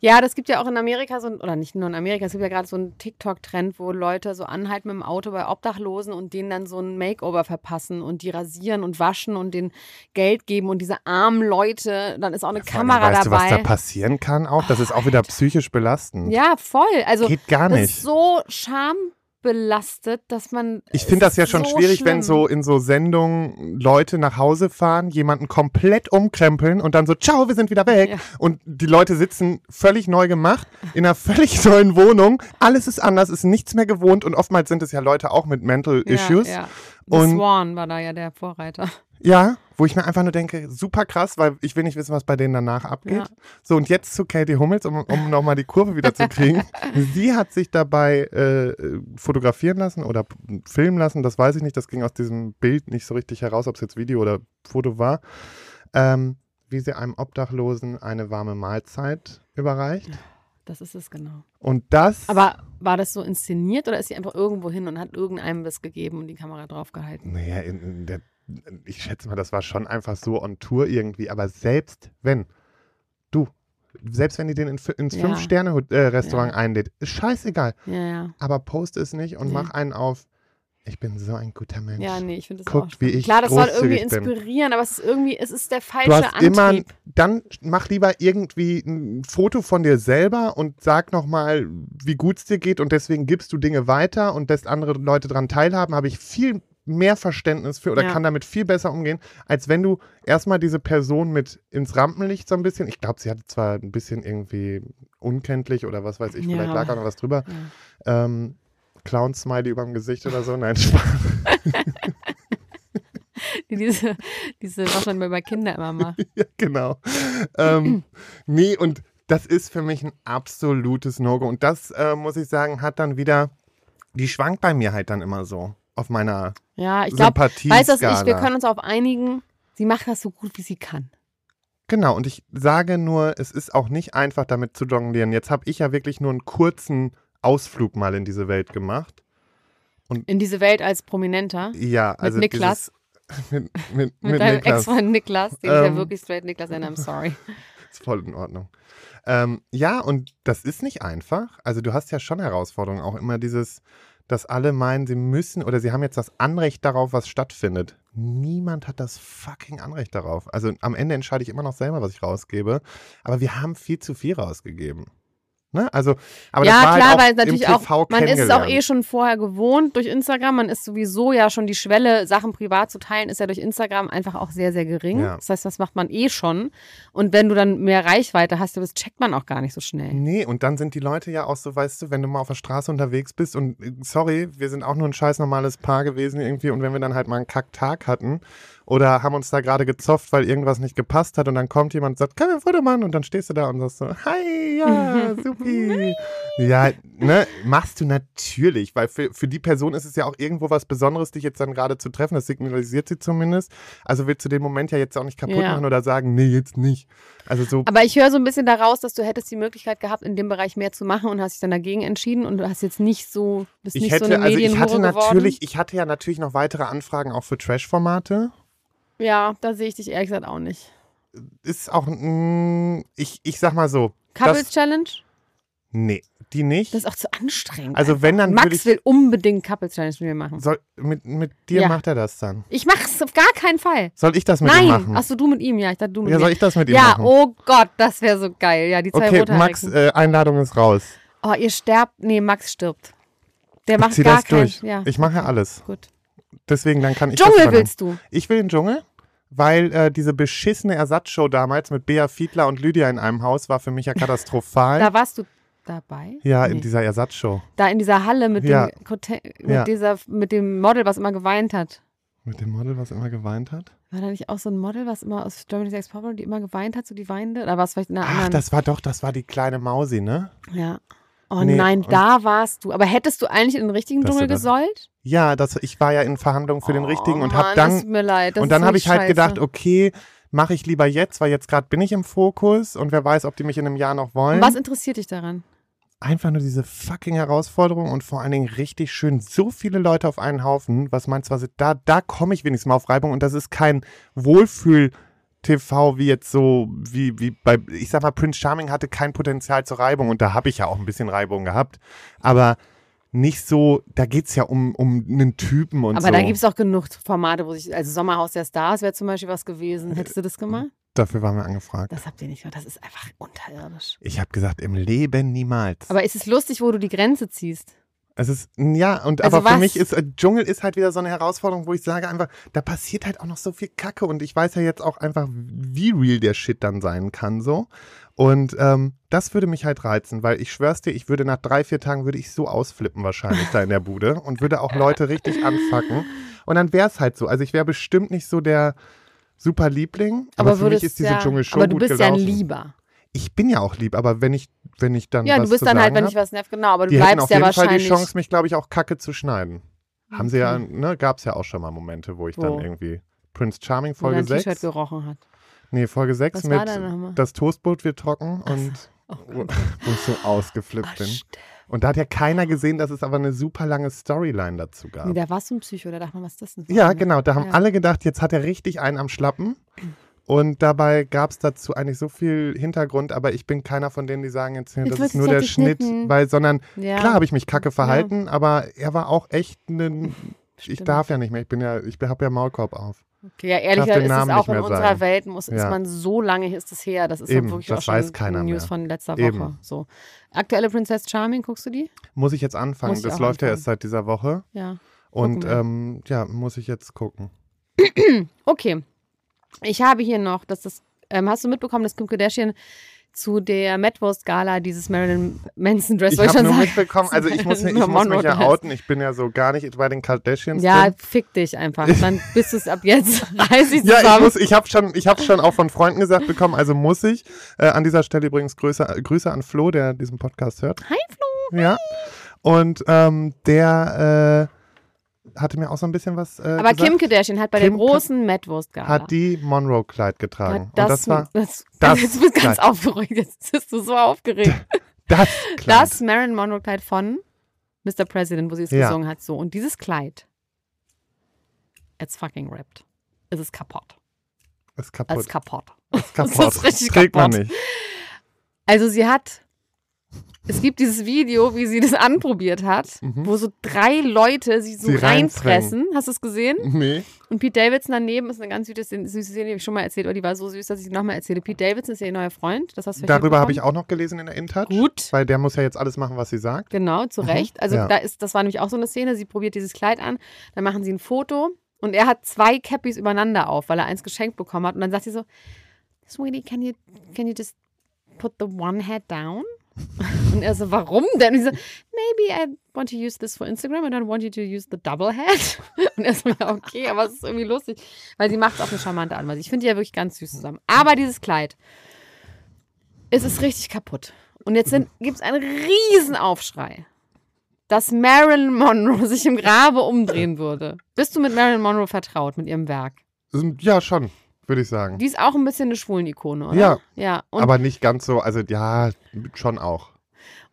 S2: Ja, das gibt ja auch in Amerika so ein, oder nicht nur in Amerika, es gibt ja gerade so einen TikTok-Trend, wo Leute so anhalten mit dem Auto bei Obdachlosen und denen dann so ein Makeover verpassen und die rasieren und waschen und denen Geld geben und diese armen Leute, dann ist auch eine
S3: Vor allem,
S2: Kamera
S3: weißt
S2: dabei.
S3: du, was da passieren kann auch? Das ist auch wieder psychisch belastend.
S2: ja, voll. Also
S3: Geht gar
S2: das
S3: nicht.
S2: ist so schambelastet, dass man.
S3: ich
S2: es
S3: finde das
S2: ist
S3: ja schon
S2: so
S3: schwierig,
S2: schlimm.
S3: wenn so in so Sendungen Leute nach Hause fahren, jemanden komplett umkrempeln und dann so, ciao, wir sind wieder weg.
S2: Ja.
S3: Und die Leute sitzen völlig neu gemacht, in einer [laughs] völlig neuen Wohnung. Alles ist anders, ist nichts mehr gewohnt und oftmals sind es ja Leute auch mit Mental Issues.
S2: Ja, ja. The
S3: Und-
S2: Swan war da ja der Vorreiter.
S3: Ja, wo ich mir einfach nur denke, super krass, weil ich will nicht wissen, was bei denen danach abgeht.
S2: Ja.
S3: So, und jetzt zu Katie Hummels, um, um nochmal die Kurve wieder zu kriegen.
S2: [laughs]
S3: Sie hat sich dabei äh, fotografieren lassen oder p- filmen lassen, das weiß ich nicht, das ging aus diesem Bild nicht so richtig heraus, ob es jetzt Video oder Foto war, ähm, wie sie einem Obdachlosen eine warme Mahlzeit überreicht.
S2: Das ist es genau.
S3: Und das,
S2: Aber war das so inszeniert oder ist sie einfach irgendwo hin und hat irgendeinem das gegeben und die Kamera draufgehalten?
S3: naja, in, in der, ich schätze mal, das war schon einfach so on Tour irgendwie, aber selbst wenn, du, selbst wenn die den in, fi- ins
S2: Ja.
S3: Fünf-Sterne-Restaurant einlädt, ist scheißegal,
S2: Ja, ja.
S3: aber post es nicht und
S2: Nee.
S3: mach einen auf, ich bin so ein guter Mensch.
S2: Ja, nee, ich finde das auch
S3: Guckt, wie
S2: spannend.
S3: ich
S2: Klar, das soll irgendwie
S3: großzügig bin.
S2: inspirieren, aber es ist irgendwie, es ist der falsche
S3: Du hast
S2: Antrieb.
S3: immer, dann mach lieber irgendwie ein Foto von dir selber und sag nochmal, wie gut es dir geht und deswegen gibst du Dinge weiter und lässt andere Leute daran teilhaben, habe ich viel mehr Verständnis für oder
S2: Ja.
S3: kann damit viel besser umgehen, als wenn du erstmal diese Person mit ins Rampenlicht so ein bisschen, ich glaube, sie hatte zwar ein bisschen irgendwie unkenntlich oder was weiß ich,
S2: Ja.
S3: vielleicht lag auch noch was drüber, ähm, Clown-Smiley über dem Gesicht oder so, nein, [laughs] Spaß.
S2: [laughs] diese, diese, was man bei Kinder immer macht.
S3: Ja, genau. Ähm, nee, und das ist für mich ein absolutes No-Go. Und das, äh, muss ich sagen, hat dann wieder, die schwankt bei mir halt dann immer so auf meiner
S2: Ja, ich glaube,
S3: Sympathie.
S2: weiß das nicht, wir können uns auf einigen. Sie macht das so gut, wie sie kann.
S3: Genau, und ich sage nur, es ist auch nicht einfach, damit zu jonglieren. Jetzt habe ich ja wirklich nur einen kurzen Ausflug mal in diese Welt gemacht.
S2: In diese Welt als Prominenter.
S3: Ja, also
S2: Niklas.
S3: Dieses, [laughs] mit, mit,
S2: Mit,
S3: mit
S2: deinem
S3: Niklas.
S2: Ex-Freund Niklas, den ich ja
S3: Ähm.
S2: wirklich straight Niklas nenne, I'm sorry.
S3: [laughs] Ist voll in Ordnung. Ähm, ja, und das ist nicht einfach. Also du hast ja schon Herausforderungen, auch immer dieses, dass alle meinen, sie müssen oder sie haben jetzt das Anrecht darauf, was stattfindet. Niemand hat das fucking Anrecht darauf. Also am Ende entscheide ich immer noch selber, was ich rausgebe. Aber wir haben viel zu viel rausgegeben. Ne? Also, aber das
S2: ja,
S3: war
S2: klar,
S3: halt auch
S2: weil es natürlich
S3: im
S2: auch,
S3: TV
S2: man ist es auch eh
S3: kennengelernt.
S2: schon vorher gewohnt durch Instagram. Man ist sowieso ja schon die Schwelle, Sachen privat zu teilen, ist ja durch Instagram einfach auch sehr, sehr gering.
S3: Ja.
S2: Das heißt, das macht man eh schon. Und wenn du dann mehr Reichweite hast, das checkt man auch gar nicht so schnell.
S3: Nee, und dann sind die Leute ja auch so, weißt du, wenn du mal auf der Straße unterwegs bist und äh, sorry, wir sind auch nur ein scheiß normales Paar gewesen irgendwie und wenn wir dann halt mal einen Kacktag hatten oder haben uns da gerade gezofft, weil irgendwas nicht gepasst hat und dann kommt jemand und sagt, können wir ein Foto machen? Und dann stehst du da und sagst so, hi,
S2: [laughs]
S3: ja, supi. ja, ne, machst du natürlich, weil für, für die Person ist es ja auch irgendwo was Besonderes, dich jetzt dann gerade zu treffen, das signalisiert sie zumindest. Also willst du den Moment ja jetzt auch nicht kaputt
S2: Ja.
S3: machen oder sagen, nee, jetzt nicht. Also so
S2: Aber ich höre so ein bisschen daraus, dass du hättest die Möglichkeit gehabt, in dem Bereich mehr zu machen und hast dich dann dagegen entschieden und du hast jetzt nicht so, bist
S3: Ich
S2: nicht
S3: hätte,
S2: so eine
S3: also ich
S2: Medienhure
S3: hatte
S2: geworden.
S3: natürlich, ich hatte ja natürlich noch weitere Anfragen auch für Trash-Formate.
S2: Ja, da sehe ich dich ehrlich gesagt auch nicht.
S3: Ist auch, mm, ich, ich sag mal so,
S2: Couples
S3: das,
S2: Challenge?
S3: nee, die nicht.
S2: Das ist auch zu anstrengend.
S3: also wenn dann würde
S2: Max
S3: ich,
S2: will unbedingt Couples Challenge mit mir machen.
S3: soll, mit, mit dir
S2: Ja.
S3: macht er das dann.
S2: Ich mach's auf gar keinen Fall.
S3: Soll ich das mit ihm
S2: Nein.
S3: machen?
S2: Achso, du mit ihm, ja. Ich dachte, du mit
S3: ja, soll
S2: mir.
S3: ich das mit ihm
S2: ja,
S3: machen?
S2: oh Gott, das wäre so geil. Ja, die zwei
S3: okay,
S2: Rothaarigen.
S3: Max, äh, Einladung ist raus.
S2: oh, ihr sterbt. Nee, Max stirbt. Der macht
S3: ich zieh
S2: gar
S3: das
S2: keinen.
S3: durch.
S2: Ja,
S3: Ich mache ja alles.
S2: gut.
S3: Deswegen, dann kann ich das
S2: Dschungel
S3: übernehmen.
S2: willst du?
S3: Ich will den Dschungel, weil äh, diese beschissene Ersatzshow damals mit Bea Fiedler und Lydia in einem Haus war für mich
S2: [laughs]
S3: ja katastrophal.
S2: Da warst du dabei?
S3: ja, in
S2: Nee.
S3: dieser Ersatzshow.
S2: da in dieser Halle mit
S3: Ja.
S2: dem Kote mit
S3: Ja.
S2: dieser mit dem Model, was immer geweint hat.
S3: Mit dem Model, was immer geweint hat?
S2: War da nicht auch so ein Model, was immer aus Germany's Next Topmodel, die immer geweint hat, so die weinende? Oder war es vielleicht in einer
S3: Ach,
S2: anderen?
S3: das war doch, das war die kleine Mausi, ne?
S2: ja. Oh
S3: Nee,
S2: nein,
S3: und-
S2: da warst du. Aber hättest du eigentlich in den richtigen
S3: Das
S2: Dschungel
S3: war-
S2: gesollt?
S3: Ja, das, ich war ja in Verhandlung für den
S2: Oh
S3: richtigen und
S2: Mann,
S3: hab
S2: das tut
S3: dann
S2: mir leid, das
S3: und
S2: ist
S3: dann habe
S2: echt
S3: ich halt
S2: scheiße.
S3: gedacht, okay, mache ich lieber jetzt, weil jetzt gerade bin ich im Fokus und wer weiß, ob die mich in einem Jahr noch wollen.
S2: Und was interessiert dich daran?
S3: Einfach nur diese fucking Herausforderung und vor allen Dingen richtig schön so viele Leute auf einen Haufen. Was meinst du, was da da komme ich wenigstens mal auf Reibung und das ist kein Wohlfühl TV wie jetzt so wie wie bei ich sag mal Prince Charming hatte kein Potenzial zur Reibung und da habe ich ja auch ein bisschen Reibung gehabt, aber nicht so, da geht's ja um, um einen Typen und
S2: Aber
S3: so.
S2: da gibt es auch genug Formate, wo sich, also Sommerhaus der Stars wäre zum Beispiel was gewesen. Hättest du das gemacht?
S3: Dafür waren wir angefragt.
S2: Das habt ihr nicht gemacht. Das ist einfach unterirdisch.
S3: Ich habe gesagt, im Leben niemals.
S2: Aber es ist lustig, wo du die Grenze ziehst.
S3: Es ist, ja, und
S2: Also
S3: aber
S2: was?
S3: für mich ist, äh, Dschungel ist halt wieder so eine Herausforderung, wo ich sage einfach, da passiert halt auch noch so viel Kacke und ich weiß ja jetzt auch einfach, wie real der Shit dann sein kann, so. Und ähm, das würde mich halt reizen, weil ich schwör's dir, ich würde nach drei, vier Tagen würde ich so ausflippen wahrscheinlich da in der Bude und würde auch Leute richtig anfacken. Und dann wär's halt so. Also ich wäre bestimmt nicht so der super Liebling, aber, für mich
S2: würdest
S3: ist diese
S2: ja,
S3: Dschungelshow
S2: Aber du
S3: gut
S2: bist
S3: gelaufen.
S2: ja ein Lieber.
S3: Ich bin ja auch lieb, aber wenn ich, wenn ich dann
S2: Ja,
S3: was
S2: du bist
S3: zu
S2: dann halt,
S3: sagen
S2: wenn
S3: hab-
S2: ich was nervt, genau. Aber du
S3: die hätten
S2: bleibst
S3: auf
S2: ja
S3: jeden Fall die
S2: wahrscheinlich.
S3: Chance, mich, glaube ich, auch kacke zu schneiden. Haben sie ja,
S2: Okay.
S3: ne, gab es ja auch schon mal Momente, wo ich
S2: Wo?
S3: dann irgendwie Prince Charming
S2: wo
S3: Folge
S2: dein T-Shirt
S3: 6.
S2: gerochen hat.
S3: Nee, Folge 6
S2: Was war
S3: mit
S2: da nochmal?
S3: das Toastbrot wird trocken und
S2: Oh
S3: wo [laughs] wo ich so ausgeflippt
S2: Ah,
S3: bin. Und da hat ja keiner gesehen, dass es aber eine super lange Storyline dazu gab.
S2: Nee, da warst du ein Psycho, da dachte man, was ist das denn? für
S3: ja,
S2: einer?
S3: genau, da haben
S2: Hm. Ja.
S3: alle gedacht, jetzt hat er richtig einen am Schlappen. Und dabei gab es dazu eigentlich so viel Hintergrund, aber ich bin keiner von denen, die sagen, jetzt,
S2: Jetzt
S3: das
S2: wird's
S3: ist nur
S2: jetzt
S3: der Schnitt,
S2: geschnitten.
S3: weil, sondern
S2: Ja,
S3: Klar habe ich mich kacke verhalten, aber er war auch echt ein. Ich
S2: Stimmt.
S3: darf ja nicht mehr. Ich bin ja, ich habe ja Maulkorb auf.
S2: Okay, ja, ehrlich
S3: darf
S2: gesagt
S3: den
S2: ist es
S3: Namen
S2: auch
S3: nicht
S2: in
S3: mehr
S2: unserer
S3: sagen.
S2: Welt, muss, ist
S3: Ja.
S2: man so lange ist es her. Das ist ja
S3: Eben,
S2: wirklich
S3: das
S2: auch schon
S3: weiß keiner
S2: News
S3: mehr.
S2: von letzter Woche.
S3: Eben.
S2: So. Aktuelle Princess Charming, guckst du die?
S3: Muss ich jetzt anfangen?
S2: Muss ich
S3: das
S2: auch
S3: läuft ja
S2: anfangen.
S3: erst seit dieser Woche.
S2: Ja.
S3: Und
S2: Gucken wir.
S3: ähm, ja, muss ich jetzt gucken.
S2: Okay. Ich habe hier noch, dass das, ähm, hast du mitbekommen, dass Kim Kardashian zu der Metwurst-Gala dieses Marilyn Manson-Dress,
S3: Ich
S2: wollte
S3: habe
S2: schon
S3: nur
S2: sagen.
S3: mitbekommen,
S2: [laughs]
S3: also ich muss, ich muss mich ja outen, ich bin ja so gar nicht bei den Kardashians
S2: Ja,
S3: drin.
S2: fick dich einfach. Dann bist du es ab
S3: [laughs]
S2: jetzt. Reiß dich
S3: Ja, ich
S2: zusammen.
S3: muss, ich habe schon, ich habe schon auch von Freunden gesagt bekommen, also muss ich. Äh, an dieser Stelle übrigens Grüße, Grüße an Flo, der diesen Podcast hört.
S2: Hi, Flo.
S3: Ja. Und ähm, der äh, hatte mir auch so ein bisschen was. Äh,
S2: Aber
S3: gesagt.
S2: Kim Kardashian hat bei
S3: Kim
S2: der großen Metwurst-Gala.
S3: hat die Monroe-Kleid
S2: hat
S3: getragen.
S2: das,
S3: und
S2: [laughs]
S3: das war
S2: das,
S3: das
S2: jetzt bist du ganz
S3: Kleid.
S2: aufgeregt. Jetzt bist du so aufgeregt.
S3: das Kleid.
S2: Das Marilyn Monroe-Kleid von Mr. President, wo sie es
S3: Ja.
S2: gesungen hat. So. Und dieses Kleid, it's fucking ripped. Es ist kaputt.
S3: ist
S2: Es
S3: kaputt.
S2: ist kaputt.
S3: ist kaputt.
S2: ist richtig
S3: Trägt man
S2: kaputt.
S3: nicht.
S2: Also sie hat, es gibt dieses Video, wie sie das anprobiert hat,
S3: Mhm.
S2: wo so drei Leute sie so
S3: Sie reinpressen.
S2: reinpressen. Hast du es gesehen?
S3: Nee.
S2: Und Pete Davidson daneben ist eine ganz süße Szene, süße Szene, die habe ich schon mal erzählt, oder die war so süß, dass ich sie nochmal erzähle. Pete Davidson ist ihr neuer Freund, das hast du vielleicht
S3: Darüber habe ich
S2: mitbekommen.
S3: auch noch gelesen in der InTouch.
S2: Gut.
S3: Weil der muss ja jetzt alles machen, was sie sagt.
S2: Genau, zu Recht. Also
S3: ja.
S2: da ist, das war nämlich auch so eine Szene, sie probiert dieses Kleid an, dann machen sie ein Foto und er hat zwei Cappies übereinander auf, weil er eins geschenkt bekommen hat. Und dann sagt sie so, Sweetie, can you, can you just put the one head down? [laughs] Und er so, warum denn? Und sie so, maybe I want to use this for Instagram, I don't want you to use the double head. [laughs] Und er so, ja, okay, aber es ist irgendwie lustig. Weil sie macht es auf eine charmante Art. und Weise. Ich finde die ja wirklich ganz süß zusammen. Aber dieses Kleid, es ist richtig kaputt. Und jetzt gibt es einen riesen Aufschrei, dass Marilyn Monroe sich im Grabe umdrehen würde. Bist du mit Marilyn Monroe vertraut, mit ihrem Werk?
S3: Ähm, Ja, schon, würde ich sagen.
S2: Die ist auch ein bisschen eine Schwulen-Ikone, oder?
S3: Ja.
S2: Ja, und
S3: Aber nicht ganz so, also ja, schon auch.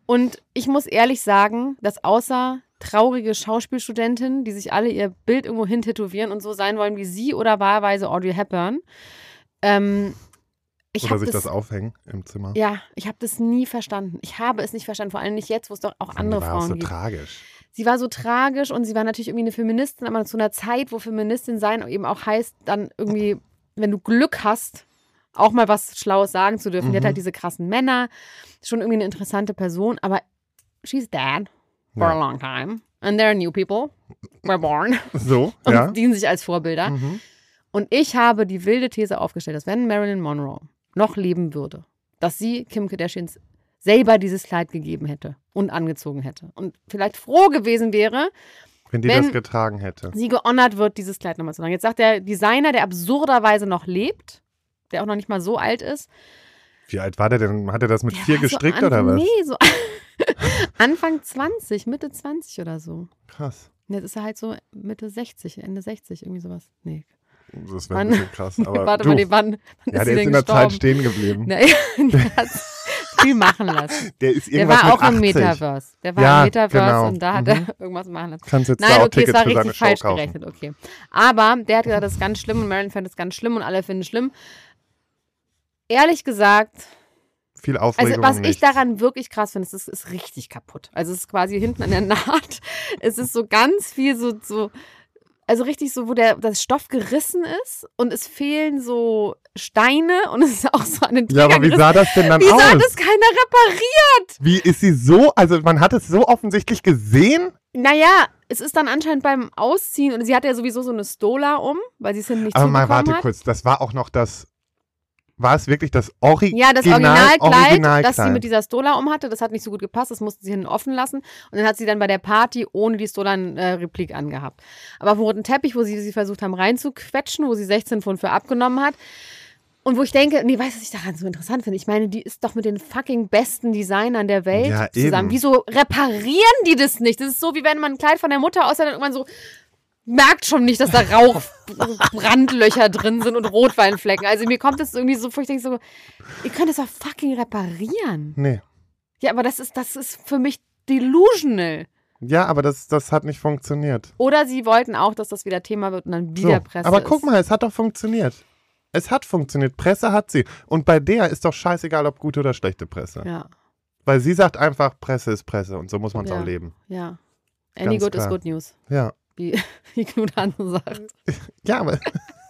S2: Und ich muss ehrlich sagen, dass außer traurige Schauspielstudentinnen, die sich alle ihr Bild irgendwo hin tätowieren und so sein wollen wie sie oder wahlweise Audrey Hepburn, ähm, ich
S3: Oder
S2: habe
S3: sich
S2: das,
S3: das, aufhängen im Zimmer.
S2: ja, ich habe das nie verstanden. Ich habe es nicht verstanden, vor allem nicht jetzt, wo es doch auch andere
S3: war auch
S2: Frauen
S3: so
S2: gibt.
S3: tragisch.
S2: Sie war so tragisch und sie war natürlich irgendwie eine Feministin, aber zu einer Zeit, wo Feministin sein eben auch heißt, dann irgendwie, wenn du Glück hast, auch mal was Schlaues sagen zu dürfen. Die hat
S3: Mhm.
S2: halt diese krassen Männer, schon irgendwie eine interessante Person, aber she's dead for a
S3: Ja.
S2: long time. And there are new people were born
S3: [laughs]
S2: [laughs]
S3: So,
S2: und
S3: ja.
S2: dienen sich als Vorbilder.
S3: Mhm.
S2: Und ich habe die wilde These aufgestellt, dass wenn Marilyn Monroe noch leben würde, dass sie Kim Kardashians selber dieses Kleid gegeben hätte und angezogen hätte und vielleicht froh gewesen wäre,
S3: Wenn die
S2: Wenn-
S3: das getragen hätte.
S2: sie geonnert wird, dieses Kleid nochmal zu tragen. Jetzt sagt der Designer, der absurderweise noch lebt, der auch noch nicht mal so alt ist.
S3: Wie alt war der denn? Hat er das mit
S2: der
S3: vier
S2: war so
S3: gestrickt
S2: Anfang-
S3: oder was?
S2: Nee, so [laughs] Anfang 20, Mitte 20 oder so.
S3: Krass.
S2: Und jetzt ist er halt so Mitte 60, Ende 60, irgendwie sowas. Nee.
S3: Das wäre
S2: Mann.
S3: ein bisschen krass.
S2: [laughs]
S3: Aber
S2: Warte
S3: du,
S2: mal, nee, wann, wann
S3: ja,
S2: ist
S3: der
S2: sie
S3: ist
S2: denn
S3: in der Zeit
S2: gestorben?
S3: stehen geblieben.
S2: [laughs] Naja, der hat viel machen
S3: [laughs]
S2: lassen.
S3: Der ist
S2: Der
S3: irgendwas
S2: war auch
S3: mit 80.
S2: im Metaverse. Der war
S3: Ja,
S2: im Metaverse
S3: genau.
S2: und da hat
S3: Mhm.
S2: er [laughs] irgendwas machen lassen.
S3: Kannst jetzt
S2: Nein,
S3: da auch
S2: okay, es
S3: Tickets
S2: war
S3: für seine
S2: richtig
S3: Show
S2: falsch
S3: kaufen.
S2: gerechnet, okay. Aber der hat gesagt, das ist ganz schlimm und Marilyn fand das ganz schlimm und alle finden es schlimm. Ehrlich gesagt,
S3: Viel Aufregung.
S2: also was ich
S3: nicht.
S2: daran wirklich krass finde, ist, es ist richtig kaputt. Also es ist quasi hinten an der Naht. [laughs] Es ist so ganz viel so, so also richtig so, wo der das Stoff gerissen ist und es fehlen so Steine und [laughs] es ist auch so an den
S3: Ja,
S2: Träger
S3: aber wie
S2: gerissen.
S3: sah das denn dann
S2: Wie
S3: aus?
S2: soll das keiner reparieren?
S3: Wie ist sie so? Also man hat es so offensichtlich gesehen.
S2: Naja, es ist dann anscheinend beim Ausziehen und sie hat ja sowieso so eine Stola um, weil sie es hinten nicht
S3: Aber mal
S2: zubekommen
S3: warte
S2: hat.
S3: kurz. Das war auch noch das. War es wirklich das Original?
S2: Ja, das Originalkleid, das sie
S3: Originalkleid?
S2: mit dieser Stola umhatte, das hat nicht so gut gepasst, das mussten sie hinten offen lassen. Und dann hat sie dann bei der Party ohne die Stola eine äh, Replik angehabt. Aber auf dem roten Teppich, wo sie sie versucht haben reinzuquetschen, wo sie 16 Pfund für abgenommen hat. Und wo ich denke, nee, weißt du, was ich daran so interessant finde? Ich meine, die ist doch mit den fucking besten Designern der Welt
S3: Ja,
S2: zusammen.
S3: eben.
S2: Wieso reparieren die das nicht? Das ist so, wie wenn man ein Kleid von der Mutter aussieht und irgendwann so merkt schon nicht, dass da
S3: [laughs]
S2: Rauchbrandlöcher drin sind und Rotweinflecken. Also mir kommt das irgendwie so vor, ich denke so, ihr könnt es doch fucking reparieren.
S3: nee.
S2: Ja, aber das ist, das ist für mich delusional.
S3: Ja, aber das, das hat nicht funktioniert.
S2: Oder sie wollten auch, dass das wieder Thema wird und dann
S3: So.
S2: wieder Presse
S3: Aber guck
S2: ist.
S3: mal, es hat doch funktioniert. Es hat funktioniert. Presse hat sie. Und bei der ist doch scheißegal, ob gute oder schlechte Presse.
S2: Ja,
S3: Weil sie sagt einfach, Presse ist Presse und so muss man es
S2: Ja.
S3: auch leben.
S2: ja. Any
S3: Ganz
S2: good is
S3: klar.
S2: good news,
S3: Ja.
S2: wie, [laughs] wie Knut Hansen sagt.
S3: Ja, aber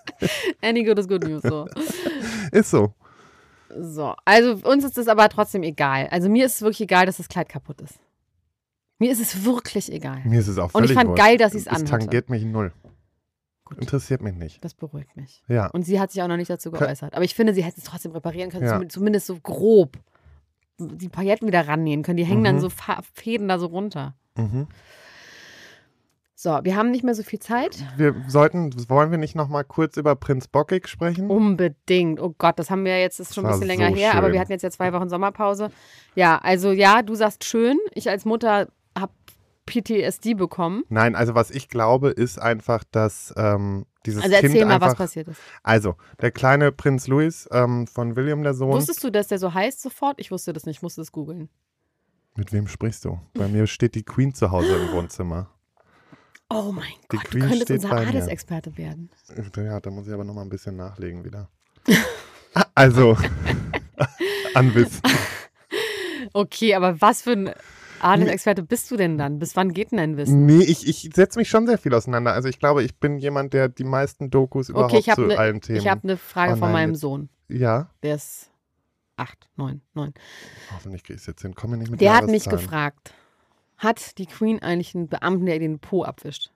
S3: [laughs]
S2: Any good is good news, so.
S3: ist so.
S2: So, also uns ist es aber trotzdem egal. Also mir ist es wirklich egal, dass das Kleid kaputt ist. Mir ist es wirklich egal.
S3: Mir ist es auch
S2: Und
S3: völlig
S2: ich fand
S3: wurscht.
S2: geil, dass sie es
S3: Es
S2: anhatte.
S3: tangiert mich null.
S2: gut.
S3: Interessiert mich nicht.
S2: Das beruhigt mich.
S3: Ja.
S2: Und sie hat sich auch noch nicht dazu
S3: Kö-
S2: geäußert. Aber ich finde, sie hätte es trotzdem reparieren können,
S3: Ja.
S2: zum- zumindest so grob. Die Pailletten wieder rannehmen können. Die hängen dann
S3: Mhm.
S2: so Fa- Fäden da so runter.
S3: Mhm.
S2: So, wir haben nicht mehr so viel Zeit.
S3: Wir sollten, wollen wir nicht nochmal kurz über Prinz Bockig sprechen?
S2: Unbedingt. Oh Gott, das haben wir jetzt, das ist schon ein
S3: Das
S2: bisschen
S3: war
S2: länger
S3: so
S2: her, aber wir
S3: schön.
S2: hatten jetzt ja zwei Wochen Sommerpause. Ja, also ja, du sagst schön. Ich als Mutter habe PTSD bekommen.
S3: Nein, also was ich glaube, ist einfach, dass ähm, dieses
S2: Also erzähl
S3: Kind
S2: mal, was
S3: einfach.
S2: passiert ist.
S3: Also, der kleine Prinz Louis ähm, von William der Sohn.
S2: Wusstest du, dass der so heißt sofort? Ich wusste das nicht, ich musste es googeln.
S3: Mit wem sprichst du? Bei mir steht die Queen zu Hause im Wohnzimmer.
S2: Oh mein
S3: Die
S2: Gott,
S3: Queen
S2: du könntest
S3: steht
S2: unser
S3: bei mir.
S2: Adelsexperte werden.
S3: Ja, da muss ich aber nochmal ein bisschen nachlegen wieder. Ah, [laughs] also, [laughs] Anwiss.
S2: Okay, aber was für ein Adelsexperte bist du denn dann? Bis wann geht denn dein Wissen?
S3: Nee, ich, ich setze mich schon sehr viel auseinander. Also ich glaube, ich bin jemand, der die meisten Dokus überhaupt
S2: Okay, ich habe
S3: zu
S2: eine
S3: allen Themen.
S2: ich hab ne Frage
S3: Oh
S2: von
S3: nein,
S2: meinem
S3: jetzt-
S2: Sohn.
S3: ja,
S2: Der ist acht, neun, neun.
S3: hoffentlich kriege ich es jetzt hin. Komm mir nicht mit
S2: Der hat mich
S3: Jahreszahlen.
S2: gefragt, hat die Queen eigentlich einen Beamten, der ihr den Po abwischt?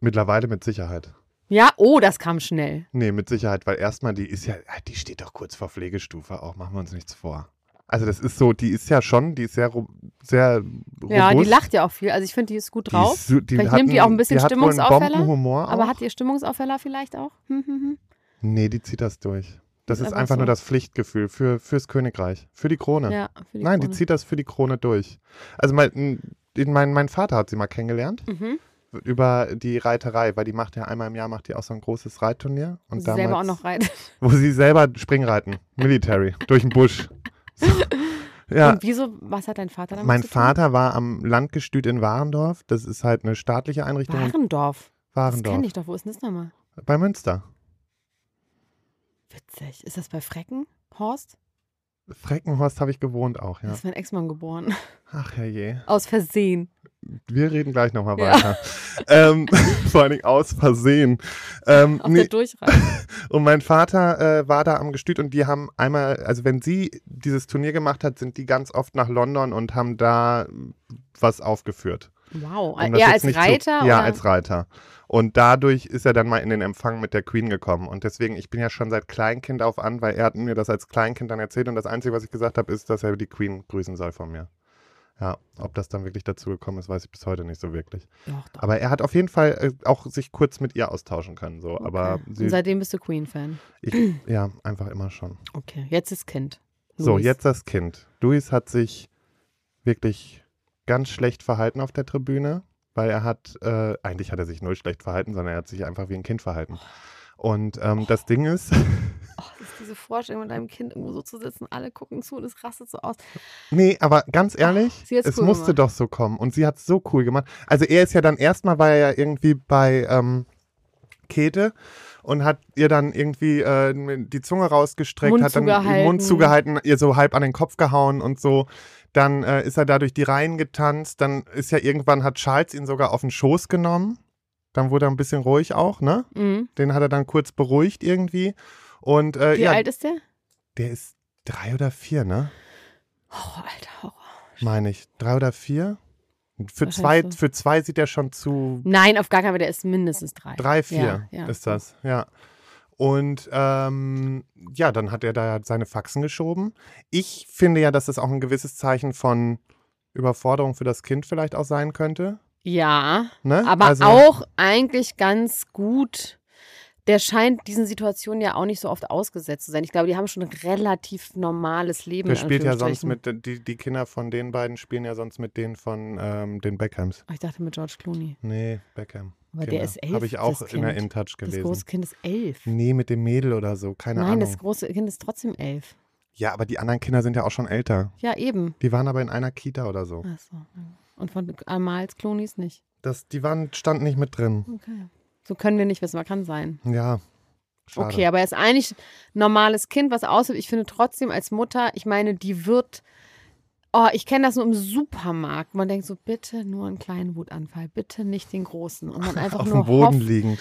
S3: Mittlerweile mit Sicherheit.
S2: Ja, oh, das kam schnell.
S3: Nee, mit Sicherheit, weil erstmal die ist ja, ah, die steht doch kurz vor Pflegestufe auch, machen wir uns nichts vor. Also das ist so, die ist ja schon, die ist sehr, ro- sehr robust.
S2: Ja, die lacht ja auch viel. Also ich finde, die ist gut drauf.
S3: ist so- die
S2: Vielleicht
S3: hat
S2: nimmt die
S3: einen-
S2: auch ein bisschen
S3: die hat wohl einen
S2: Stimmungsaufheller,
S3: Bombenhumor
S2: Aber
S3: auch.
S2: hat ihr Stimmungsaufheller vielleicht auch? Hm, hm, hm.
S3: Nee, die zieht das durch. Das
S2: Ist
S3: ist,
S2: einfach
S3: einfach
S2: so.
S3: nur das Pflichtgefühl für, fürs Königreich, für die Krone.
S2: Ja, für die
S3: Nein,
S2: Krone.
S3: die zieht das für die Krone durch. Also mein, den- mein, mein Vater hat sie mal kennengelernt
S2: Mhm.
S3: über die Reiterei, weil die macht ja einmal im Jahr macht die auch so ein großes Reitturnier und
S2: Sie
S3: damals,
S2: selber auch noch rein.
S3: wo sie selber Springreiten, Military, durch den Busch. So.
S2: [laughs]
S3: Ja,
S2: Und wieso, was hat dein Vater damit
S3: mein
S2: zu tun?
S3: Vater war am Landgestüt in Warendorf. Das ist halt eine staatliche Einrichtung in
S2: Warendorf. Das
S3: Warendorf
S2: kenne ich doch. Wo ist denn das nochmal?
S3: bei Münster.
S2: Witzig. Ist das bei Frecken? Horst?
S3: Freckenhorst habe ich gewohnt auch,
S2: Da
S3: ja.
S2: ist mein Ex-Mann geboren. [laughs]
S3: Ach herrje.
S2: Aus Versehen.
S3: Wir reden gleich nochmal
S2: Ja.
S3: weiter. Ähm, [laughs] vor allen Dingen aus Versehen. Ähm,
S2: Auf
S3: nee,
S2: der Durchreise.
S3: Und mein Vater äh, war da am Gestüt und die haben einmal, also wenn sie dieses Turnier gemacht hat, sind die ganz oft nach London und haben da mh, was aufgeführt.
S2: Wow.
S3: Um das
S2: Eher
S3: jetzt
S2: als
S3: nicht zu-
S2: Reiter?
S3: ja,
S2: oder?
S3: als Reiter. Und dadurch ist er dann mal in den Empfang mit der Queen gekommen. Und deswegen, ich bin ja schon seit Kleinkind auf an, weil er hat mir das als Kleinkind dann erzählt und das Einzige, was ich gesagt habe, ist, dass er die Queen grüßen soll von mir. Ja, ob das dann wirklich dazu gekommen ist, weiß ich bis heute nicht so wirklich.
S2: Doch, doch.
S3: Aber er hat auf jeden Fall äh, auch sich kurz mit ihr austauschen können. So. Aber
S2: Okay. Und
S3: sie,
S2: seitdem bist du Queen-Fan.
S3: ich, ja, einfach immer schon.
S2: Okay. Jetzt ist Kind.
S3: So,
S2: Louis.
S3: jetzt das Kind. Luis hat sich wirklich ganz schlecht verhalten auf der Tribüne, weil er hat, äh, eigentlich hat er sich null schlecht verhalten, sondern er hat sich einfach wie ein Kind verhalten. Und ähm, das Ding ist,
S2: Oh, das ist diese Vorstellung, mit einem Kind irgendwo so zu sitzen, alle gucken zu und es rastet so aus.
S3: nee, aber ganz ehrlich,
S2: sie hat's
S3: es
S2: cool
S3: musste
S2: gemacht.
S3: doch so kommen und sie hat es so cool gemacht. Also er ist ja dann erstmal, war er ja irgendwie bei ähm, Käthe und hat ihr dann irgendwie äh, die Zunge rausgestreckt,
S2: Mund
S3: hat dann
S2: zugehalten.
S3: den Mund zugehalten, ihr so halb an den Kopf gehauen und so. Dann äh, ist er da durch die Reihen getanzt. Dann ist ja irgendwann, hat Charles ihn sogar auf den Schoß genommen. Dann wurde er ein bisschen ruhig auch, ne?
S2: Mhm.
S3: Den hat er dann kurz beruhigt irgendwie. Und äh,
S2: Wie
S3: ja,
S2: alt ist der?
S3: der ist drei oder vier, ne?
S2: Oh, alter Horror.
S3: Meine ich. Drei oder vier? Für
S2: Wahrscheinlich
S3: zwei,
S2: so.
S3: für zwei sieht er schon zu
S2: Nein, auf gar keinen Fall. Der ist mindestens drei.
S3: Drei, vier
S2: Ja, ja.
S3: ist das, ja. Und ähm, ja, dann hat er da seine Faxen geschoben. Ich finde ja, dass das auch ein gewisses Zeichen von Überforderung für das Kind vielleicht auch sein könnte.
S2: Ja,
S3: Ne?
S2: aber
S3: also,
S2: auch eigentlich ganz gut. Der scheint diesen Situationen ja auch nicht so oft ausgesetzt zu sein. Ich glaube, die haben schon ein relativ normales Leben.
S3: Der
S2: in
S3: spielt ja sonst
S2: Anführungsstrichen.
S3: mit, die, die Kinder von den beiden spielen ja sonst mit denen von ähm, den Beckhams.
S2: Oh, ich dachte mit George Clooney.
S3: Nee, Beckham.
S2: Aber der ist elf,
S3: Habe Genau, ich auch
S2: das
S3: in der
S2: Kind.
S3: InTouch
S2: Das
S3: gelesen.
S2: große Kind ist elf.
S3: Nee, mit dem Mädel oder so, keine
S2: Nein, das
S3: Ahnung.
S2: große Kind ist trotzdem elf.
S3: Ja, aber die anderen Kinder sind ja auch schon älter.
S2: Ja, eben.
S3: Die waren aber in einer Kita oder so.
S2: Ach so. Und von Amals Cloonys nicht.
S3: Das, die waren, standen nicht mit drin.
S2: Okay. So können wir nicht wissen, man kann sein.
S3: Ja. Schade.
S2: Okay, aber er ist eigentlich ein normales Kind, was aussieht. Ich finde trotzdem als Mutter, ich meine, die wird. Oh, ich kenne das nur im Supermarkt. Man denkt so, bitte nur einen kleinen Wutanfall, bitte nicht den großen. Und
S3: [laughs]
S2: man einfach
S3: Auf
S2: nur
S3: dem Boden
S2: hofft,
S3: liegend.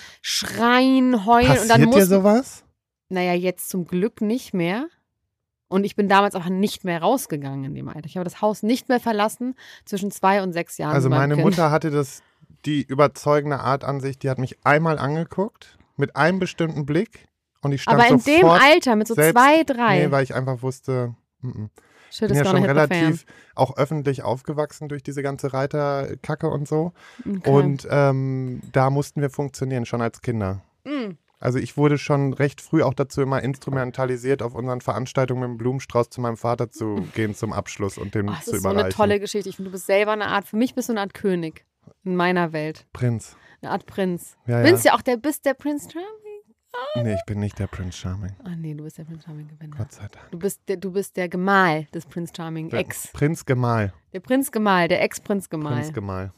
S2: schreien, heulen und dann
S3: Passiert dir
S2: muss.
S3: sowas?
S2: naja, jetzt zum Glück nicht mehr. Und ich bin damals auch nicht mehr rausgegangen in dem Alter. Ich habe das Haus nicht mehr verlassen zwischen zwei und sechs Jahren.
S3: Also
S2: mit meinem
S3: meine
S2: kind.
S3: Mutter hatte das die überzeugende Art an sich, die hat mich einmal angeguckt, mit einem bestimmten Blick und ich stand
S2: Aber in
S3: sofort
S2: dem Alter, mit so
S3: selbst-
S2: zwei, drei.
S3: Nee, weil ich einfach wusste, mm, mm. ich
S2: Shit,
S3: bin
S2: ist
S3: ja
S2: gar
S3: schon
S2: nicht
S3: relativ auch öffentlich aufgewachsen durch diese ganze Reiterkacke und so.
S2: Okay.
S3: Und ähm, da mussten wir funktionieren, schon als Kinder.
S2: Mm.
S3: Also ich wurde schon recht früh auch dazu immer instrumentalisiert, auf unseren Veranstaltungen mit dem Blumenstrauß zu meinem
S2: [laughs]
S3: Vater zu gehen zum Abschluss und dem
S2: Oh, das
S3: zu
S2: ist so
S3: überreichen.
S2: eine tolle Geschichte. Ich finde, du bist selber eine Art, für mich bist du eine Art König in meiner Welt.
S3: Prinz.
S2: Eine Art Prinz.
S3: Ja,
S2: Bist
S3: ja.
S2: ja auch der, bist der Prinz Charming?
S3: Nee, ich bin nicht der Prinz Charming.
S2: Ah nee, du bist der Prinz Charming Gewinner.
S3: Gott sei Dank.
S2: Du bist der, du bist der Gemahl des Prinz Charming Ex.
S3: Prinz Gemahl.
S2: Der Prinz Gemahl, der Ex-Prinz Gemahl.
S3: Prinz Gemahl.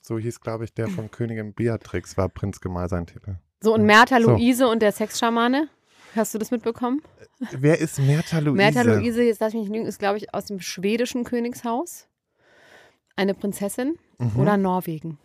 S3: So hieß, glaube ich,
S2: [laughs]
S3: der von Königin Beatrix, war Prinz Gemahl sein Titel.
S2: so, und Mertha
S3: So.
S2: Luise und der Sexschamane. Hast du das mitbekommen?
S3: Wer ist Mertha Luise?
S2: Mertha Luise, jetzt lass mich nicht lügen, ist, glaube ich, aus dem schwedischen Königshaus. Eine Prinzessin
S3: Mhm.
S2: oder Norwegen.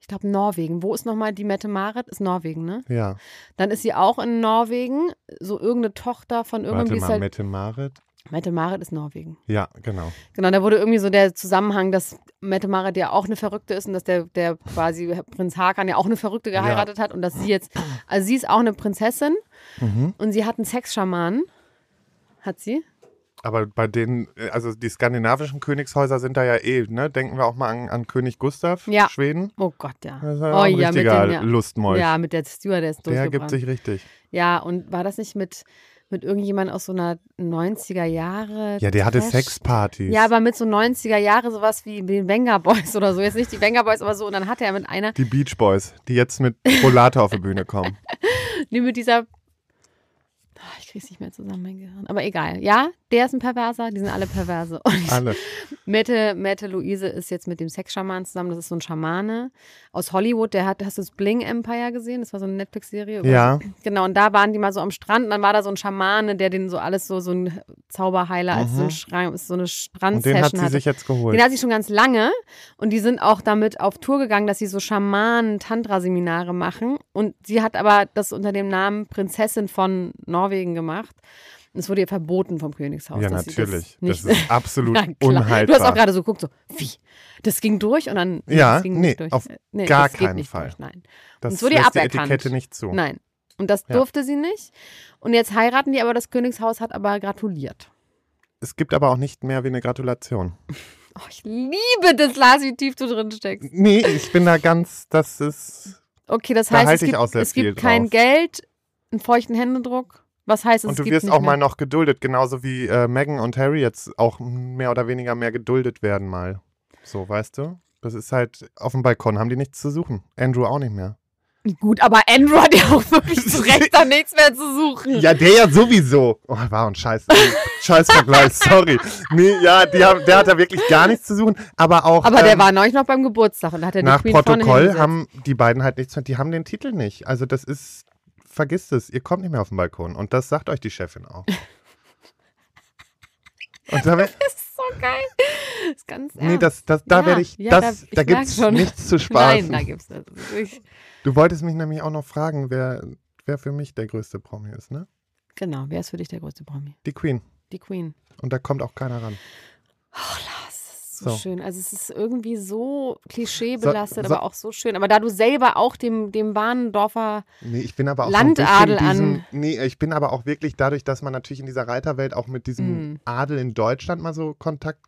S2: Ich glaube, Norwegen. Wo ist nochmal die Mette Marit? Ist Norwegen, ne?
S3: Ja,
S2: Dann ist sie auch in Norwegen, so irgendeine Tochter von
S3: warte
S2: irgendwie.
S3: mal,
S2: ist halt,
S3: Mette Marit.
S2: Mette Marit ist Norwegen.
S3: Ja, genau.
S2: Genau, da wurde irgendwie so der Zusammenhang, dass Mette Marit ja auch eine Verrückte ist und dass der, der quasi Prinz Hakan ja auch eine Verrückte geheiratet hat und dass sie jetzt, also sie ist auch eine Prinzessin
S3: Mhm.
S2: und sie hat einen Sexschamanen. Hat sie?
S3: Aber bei den, also die skandinavischen Königshäuser sind da ja eh, ne? Denken wir auch mal an, an König Gustav,
S2: Ja.
S3: Schweden.
S2: Oh Gott, ja.
S3: Das ist ja
S2: oh
S3: auch ein richtiger
S2: ja,
S3: Lustmolch.
S2: ja, mit der Stewardess
S3: der
S2: durchgebrannt.
S3: gibt sich richtig.
S2: Ja, und war das nicht mit, mit irgendjemand aus so einer 90er Jahre?
S3: Ja, der hatte
S2: Trash-
S3: Sexpartys.
S2: Ja, aber mit so 90er Jahre sowas wie den Venga Boys oder so. Jetzt nicht die Venga Boys, aber so. Und dann hatte er mit einer,
S3: die Beach Boys, die jetzt mit Rollator auf die Bühne
S2: [laughs]
S3: kommen.
S2: nee, mit dieser. Ah, Ich krieg's nicht mehr zusammen, mein Gehirn. Aber egal. Ja, der ist ein Perverser, die sind alle Perverse. Und
S3: Alle.
S2: Mette, Mette Luise ist jetzt mit dem Sexschaman zusammen. Das ist so ein Schamane aus Hollywood. Der hat, hast du das Bling Empire gesehen? Das war so eine Netflix-Serie. über
S3: Ja,
S2: Genau, und da waren die mal so am Strand und dann war da so ein Schamane, der den so alles so, so ein Zauberheiler, als so, ein
S3: Mhm.
S2: Schrein, so eine
S3: und den hat
S2: Strandsession
S3: sie
S2: hatte. Genau.
S3: sich jetzt
S2: Den
S3: geholt.
S2: hat sie schon ganz lange und die sind auch damit auf Tour gegangen, dass sie so Schamanen-Tantra-Seminare machen. Und sie hat aber das unter dem Namen Prinzessin von Norwegen gemacht. Und Es wurde ihr verboten vom Königshaus.
S3: Ja,
S2: dass sie
S3: natürlich.
S2: Das nicht
S3: Das ist
S2: [laughs]
S3: absolut
S2: Na klar. Du hast auch
S3: unhaltbar.
S2: gerade so geguckt, so, wie? Das ging durch und dann.
S3: Ja,
S2: das ging
S3: nee,
S2: nicht durch. Äh,
S3: auf
S2: nee,
S3: gar
S2: das geht
S3: keinen
S2: nicht
S3: Fall.
S2: Durch, nein.
S3: Das
S2: uns wurde ja
S3: lässt die
S2: aberkannt.
S3: Etikette nicht zu.
S2: Nein. Und das
S3: Ja.
S2: durfte sie nicht. Und jetzt heiraten die, aber das Königshaus hat aber gratuliert.
S3: Es gibt aber auch nicht mehr wie eine Gratulation.
S2: Oh, ich liebe das, Lars, wie tief du drin steckst.
S3: Nee, ich bin da ganz, das ist.
S2: Okay, das
S3: Da
S2: heißt, es
S3: halte ich
S2: gibt,
S3: auch sehr
S2: es gibt
S3: viel
S2: kein
S3: drauf.
S2: Geld, einen feuchten Händedruck. Was heißt es?
S3: Und
S2: es
S3: du
S2: gibt
S3: wirst
S2: nicht
S3: auch
S2: mehr.
S3: mal noch geduldet, genauso wie äh, Meghan und Harry jetzt auch mehr oder weniger mehr geduldet werden, mal. So, weißt du? Das ist halt auf dem Balkon, haben die nichts zu suchen. Andrew auch nicht mehr.
S2: Gut, aber Andrew hat ja auch wirklich zu Recht, da nichts mehr zu suchen.
S3: [laughs] Ja, der ja sowieso. Oh, war ein scheiß, [laughs] scheiß Vergleich, sorry. Nee, ja, die haben, der hat da wirklich gar nichts zu suchen, aber auch.
S2: aber der
S3: ähm,
S2: war neulich noch beim Geburtstag und da hat er
S3: nach
S2: die Queen vorne
S3: Protokoll
S2: hingesetzt.
S3: haben die beiden halt nichts, die haben den Titel nicht. Also das ist, vergisst es, ihr kommt nicht mehr auf den Balkon. Und das sagt euch die Chefin [laughs] auch. Und da, wär-
S2: [laughs] Das ist so geil. Das ist ganz
S3: nee,
S2: ernst.
S3: das, das, da
S2: Ja,
S3: werde ich,
S2: ja,
S3: das,
S2: da-
S3: da,
S2: ich merk
S3: gibt's
S2: schon.
S3: nichts zu
S2: [laughs] Nein,
S3: spaßen.
S2: da gibt's das. Ich,
S3: du wolltest mich nämlich auch noch fragen, wer, wer für mich der größte Promi ist, ne?
S2: genau, wer ist für dich der größte Promi?
S3: Die Queen.
S2: Die Queen.
S3: Und da kommt auch keiner ran.
S2: Das Ah, ist so,
S3: So.
S2: schön. Also es ist irgendwie so klischeebelastet,
S3: So- so-
S2: aber auch so schön. Aber da du selber auch dem, dem Bahnendorfer,
S3: Nee, ich bin aber auch
S2: Landadel
S3: so ein bisschen
S2: an.
S3: diesem, Nee, ich bin aber auch wirklich dadurch, dass man natürlich in dieser Reiterwelt auch mit diesem
S2: Mm.
S3: Adel in Deutschland mal so Kontakt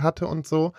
S3: hatte und so.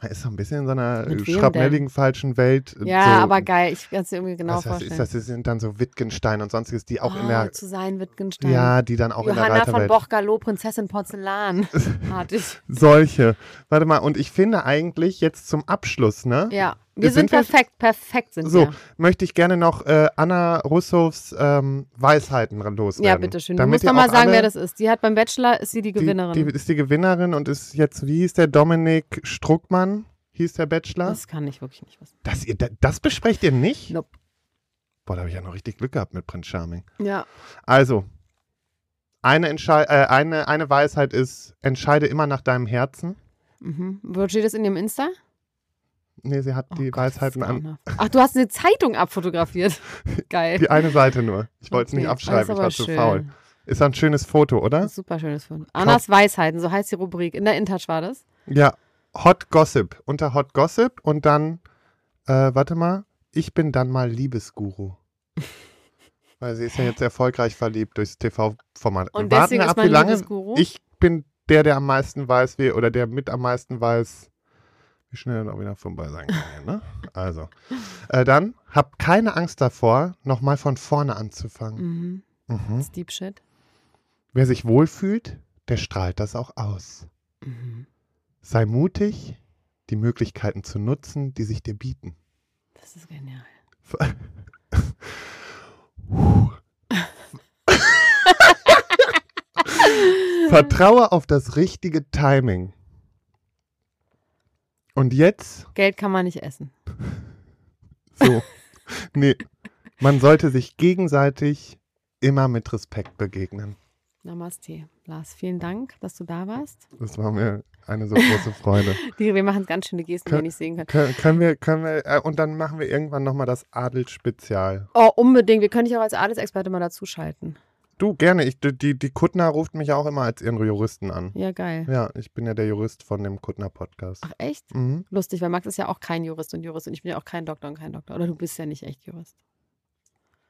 S3: Man ist so ein bisschen in so einer
S2: Mit wem
S3: schrapnelligen falschen Welt. äh,
S2: ja,
S3: so,
S2: aber geil, ich kann es dir irgendwie genau
S3: was, was
S2: vorstellen.
S3: ist das? Das sind dann so Wittgenstein und sonstiges, die auch
S2: oh,
S3: in der,
S2: zu sein Wittgenstein.
S3: ja, die dann auch in der
S2: Johanna von
S3: Reiterwelt.
S2: Bochgalow, Prinzessin
S3: [laughs]
S2: Porzellan. Hatte ich.
S3: Solche. Warte mal, und ich finde eigentlich jetzt zum Abschluss, ne?
S2: Ja, wir sind,
S3: Sind wir-
S2: perfekt, perfekt sind
S3: So,
S2: wir.
S3: möchte ich gerne noch äh, Anna Russows ähm, Weisheiten loswerden.
S2: Ja, bitteschön. Du
S3: Damit
S2: musst
S3: ihr
S2: noch mal
S3: auch
S2: sagen,
S3: alle-
S2: wer das ist. Die hat beim Bachelor, ist sie die Gewinnerin.
S3: Die, die ist die Gewinnerin und ist jetzt, wie hieß der, Dominik Struckmann, hieß der Bachelor.
S2: das kann ich wirklich nicht wissen.
S3: das, ihr, da- das besprecht ihr nicht?
S2: Nope.
S3: Boah, da habe ich ja noch richtig Glück gehabt mit Prinz Charming.
S2: Ja.
S3: Also, eine, Entschei äh, eine, eine Weisheit ist, entscheide immer nach deinem Herzen.
S2: Mhm. Wo steht das in ihrem Insta?
S3: Nee, sie hat
S2: Oh
S3: die
S2: Gott,
S3: Weisheiten
S2: das ist
S3: an.
S2: grauenhaft. Ach, du hast eine Zeitung
S3: [laughs]
S2: abfotografiert. Geil.
S3: Die eine Seite nur. Ich wollte es
S2: Okay,
S3: nicht
S2: das ist
S3: abschreiben, ich
S2: aber
S3: war zu
S2: schön.
S3: faul. Ist doch ein schönes Foto, oder?
S2: Super schönes Film. Annas Weisheiten, so heißt die Rubrik. In der InTouch war das.
S3: Ja, Hot Gossip. Unter Hot Gossip und dann Äh, warte mal, ich bin dann mal
S2: [laughs]
S3: Liebesguru. Weil sie ist ja jetzt erfolgreich verliebt durchs TV-Format.
S2: Und
S3: Wir
S2: deswegen
S3: warten
S2: ist
S3: ab,
S2: man
S3: wie lange.
S2: Liebesguru?
S3: Ich bin der, der am meisten weiß, wie, oder der mit am meisten weiß, wie schnell er auch wieder vorbei sein kann. hier, Ne? Also, äh, dann hab keine Angst davor, nochmal von vorne anzufangen.
S2: Mhm.
S3: Mhm.
S2: Das ist Deep Shit.
S3: Wer sich wohlfühlt, der strahlt das auch aus.
S2: Mhm,
S3: Sei mutig, die Möglichkeiten zu nutzen, die sich dir bieten.
S2: Das ist genial.
S3: Vertraue auf das richtige Timing. Und jetzt,
S2: Geld kann man nicht essen.
S3: so, nee, man sollte sich gegenseitig immer mit Respekt begegnen.
S2: Namaste. Lars, vielen Dank, dass du da warst.
S3: Das war mir eine so große Freude.
S2: Die, wir machen ganz schöne Gesten, die
S3: Kö-
S2: ihr nicht sehen könnt.
S3: Kö- können wir, können wir, äh, und dann machen wir irgendwann nochmal das Adelsspezial.
S2: Oh, unbedingt. Wir können dich auch als Adelsexperte mal dazuschalten.
S3: Du, gerne, ich, die, die Kuttner ruft mich ja auch immer als ihren Juristen an.
S2: Ja, geil.
S3: Ja, ich bin ja der Jurist von dem Kuttner Podcast.
S2: Ach, echt?
S3: Mhm.
S2: Lustig, weil Max ist ja auch kein Jurist und Jurist und ich bin ja auch kein Doktor und kein Doktor. Oder du bist ja nicht echt Jurist.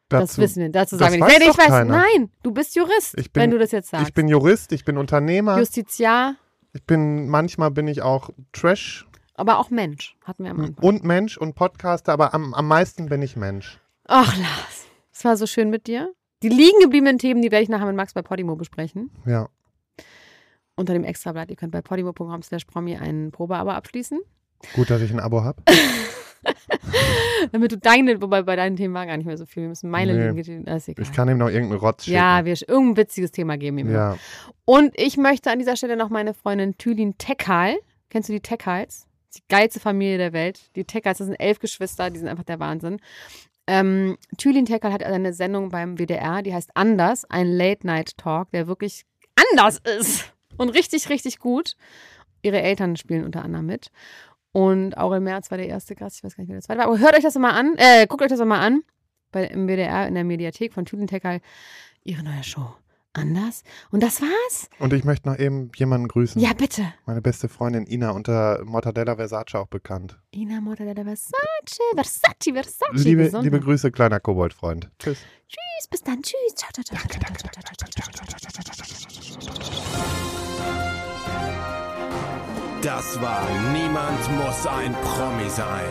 S2: das
S3: Dazu-
S2: wissen wir. Dazu
S3: das
S2: sagen wir
S3: weiß
S2: nicht. Nee, nee,
S3: doch
S2: ich weiß,
S3: keiner.
S2: nein, du bist Jurist,
S3: Ich bin-
S2: wenn du das jetzt sagst.
S3: Ich bin Jurist, ich bin Unternehmer,
S2: Justiziar,
S3: ich bin manchmal bin ich auch Trash
S2: aber auch Mensch, hatten wir am Anfang.
S3: und Mensch und Podcaster, aber am, am meisten bin ich Mensch.
S2: Ach, Lars, es war so schön mit dir. Die liegen gebliebenen Themen, die werde ich nachher mit Max bei Podimo besprechen.
S3: Ja.
S2: Unter dem Extrablatt. Ihr könnt bei podimo.com slash promi ein Probeabo abschließen. [laughs]
S3: Gut, dass ich ein Abo habe.
S2: Damit du deine, wobei bei deinen Themen war gar nicht mehr so viel. Wir müssen meine
S3: Nee.
S2: liegen. geblieben- ah, ist egal.
S3: Ich kann ihm noch irgendeinen Rotz schicken.
S2: ja, wir irgendein witziges Thema geben ihm.
S3: ja.
S2: Und ich möchte an dieser Stelle noch meine Freundin Thülin Teckhal. Kennst du die Teckhals? Die geilste Familie der Welt. Die Teckhals, das sind elf Geschwister, die sind einfach der Wahnsinn. Ähm, Thülin Teckhal hat eine Sendung beim WDR, die heißt Anders, ein Late-Night-Talk, der wirklich anders ist und richtig, richtig gut. Ihre Eltern spielen unter anderem mit. Und Aurel Merz war der erste Gast, ich weiß gar nicht, wer der zweite war. Aber hört euch das mal an, äh, guckt euch das mal an. Bei, Im WDR in der Mediathek von Thülin Teckhal. Ihre neue Show. Anders. Und das war's?
S3: Und ich möchte noch eben jemanden grüßen.
S2: Ja, bitte.
S3: Meine beste Freundin Ina unter Mortadella Versace auch bekannt.
S2: Ina Mortadella Versace, Versace, Versace.
S3: Liebe,
S2: Gesundheit.
S3: liebe Grüße, kleiner Koboldfreund. Tschüss.
S2: Tschüss, bis dann. Tschüss. Ciao, ciao, ciao, ciao, ciao, ciao, ciao, ciao, ciao, ciao.
S1: Das war Niemand muss ein Promi sein.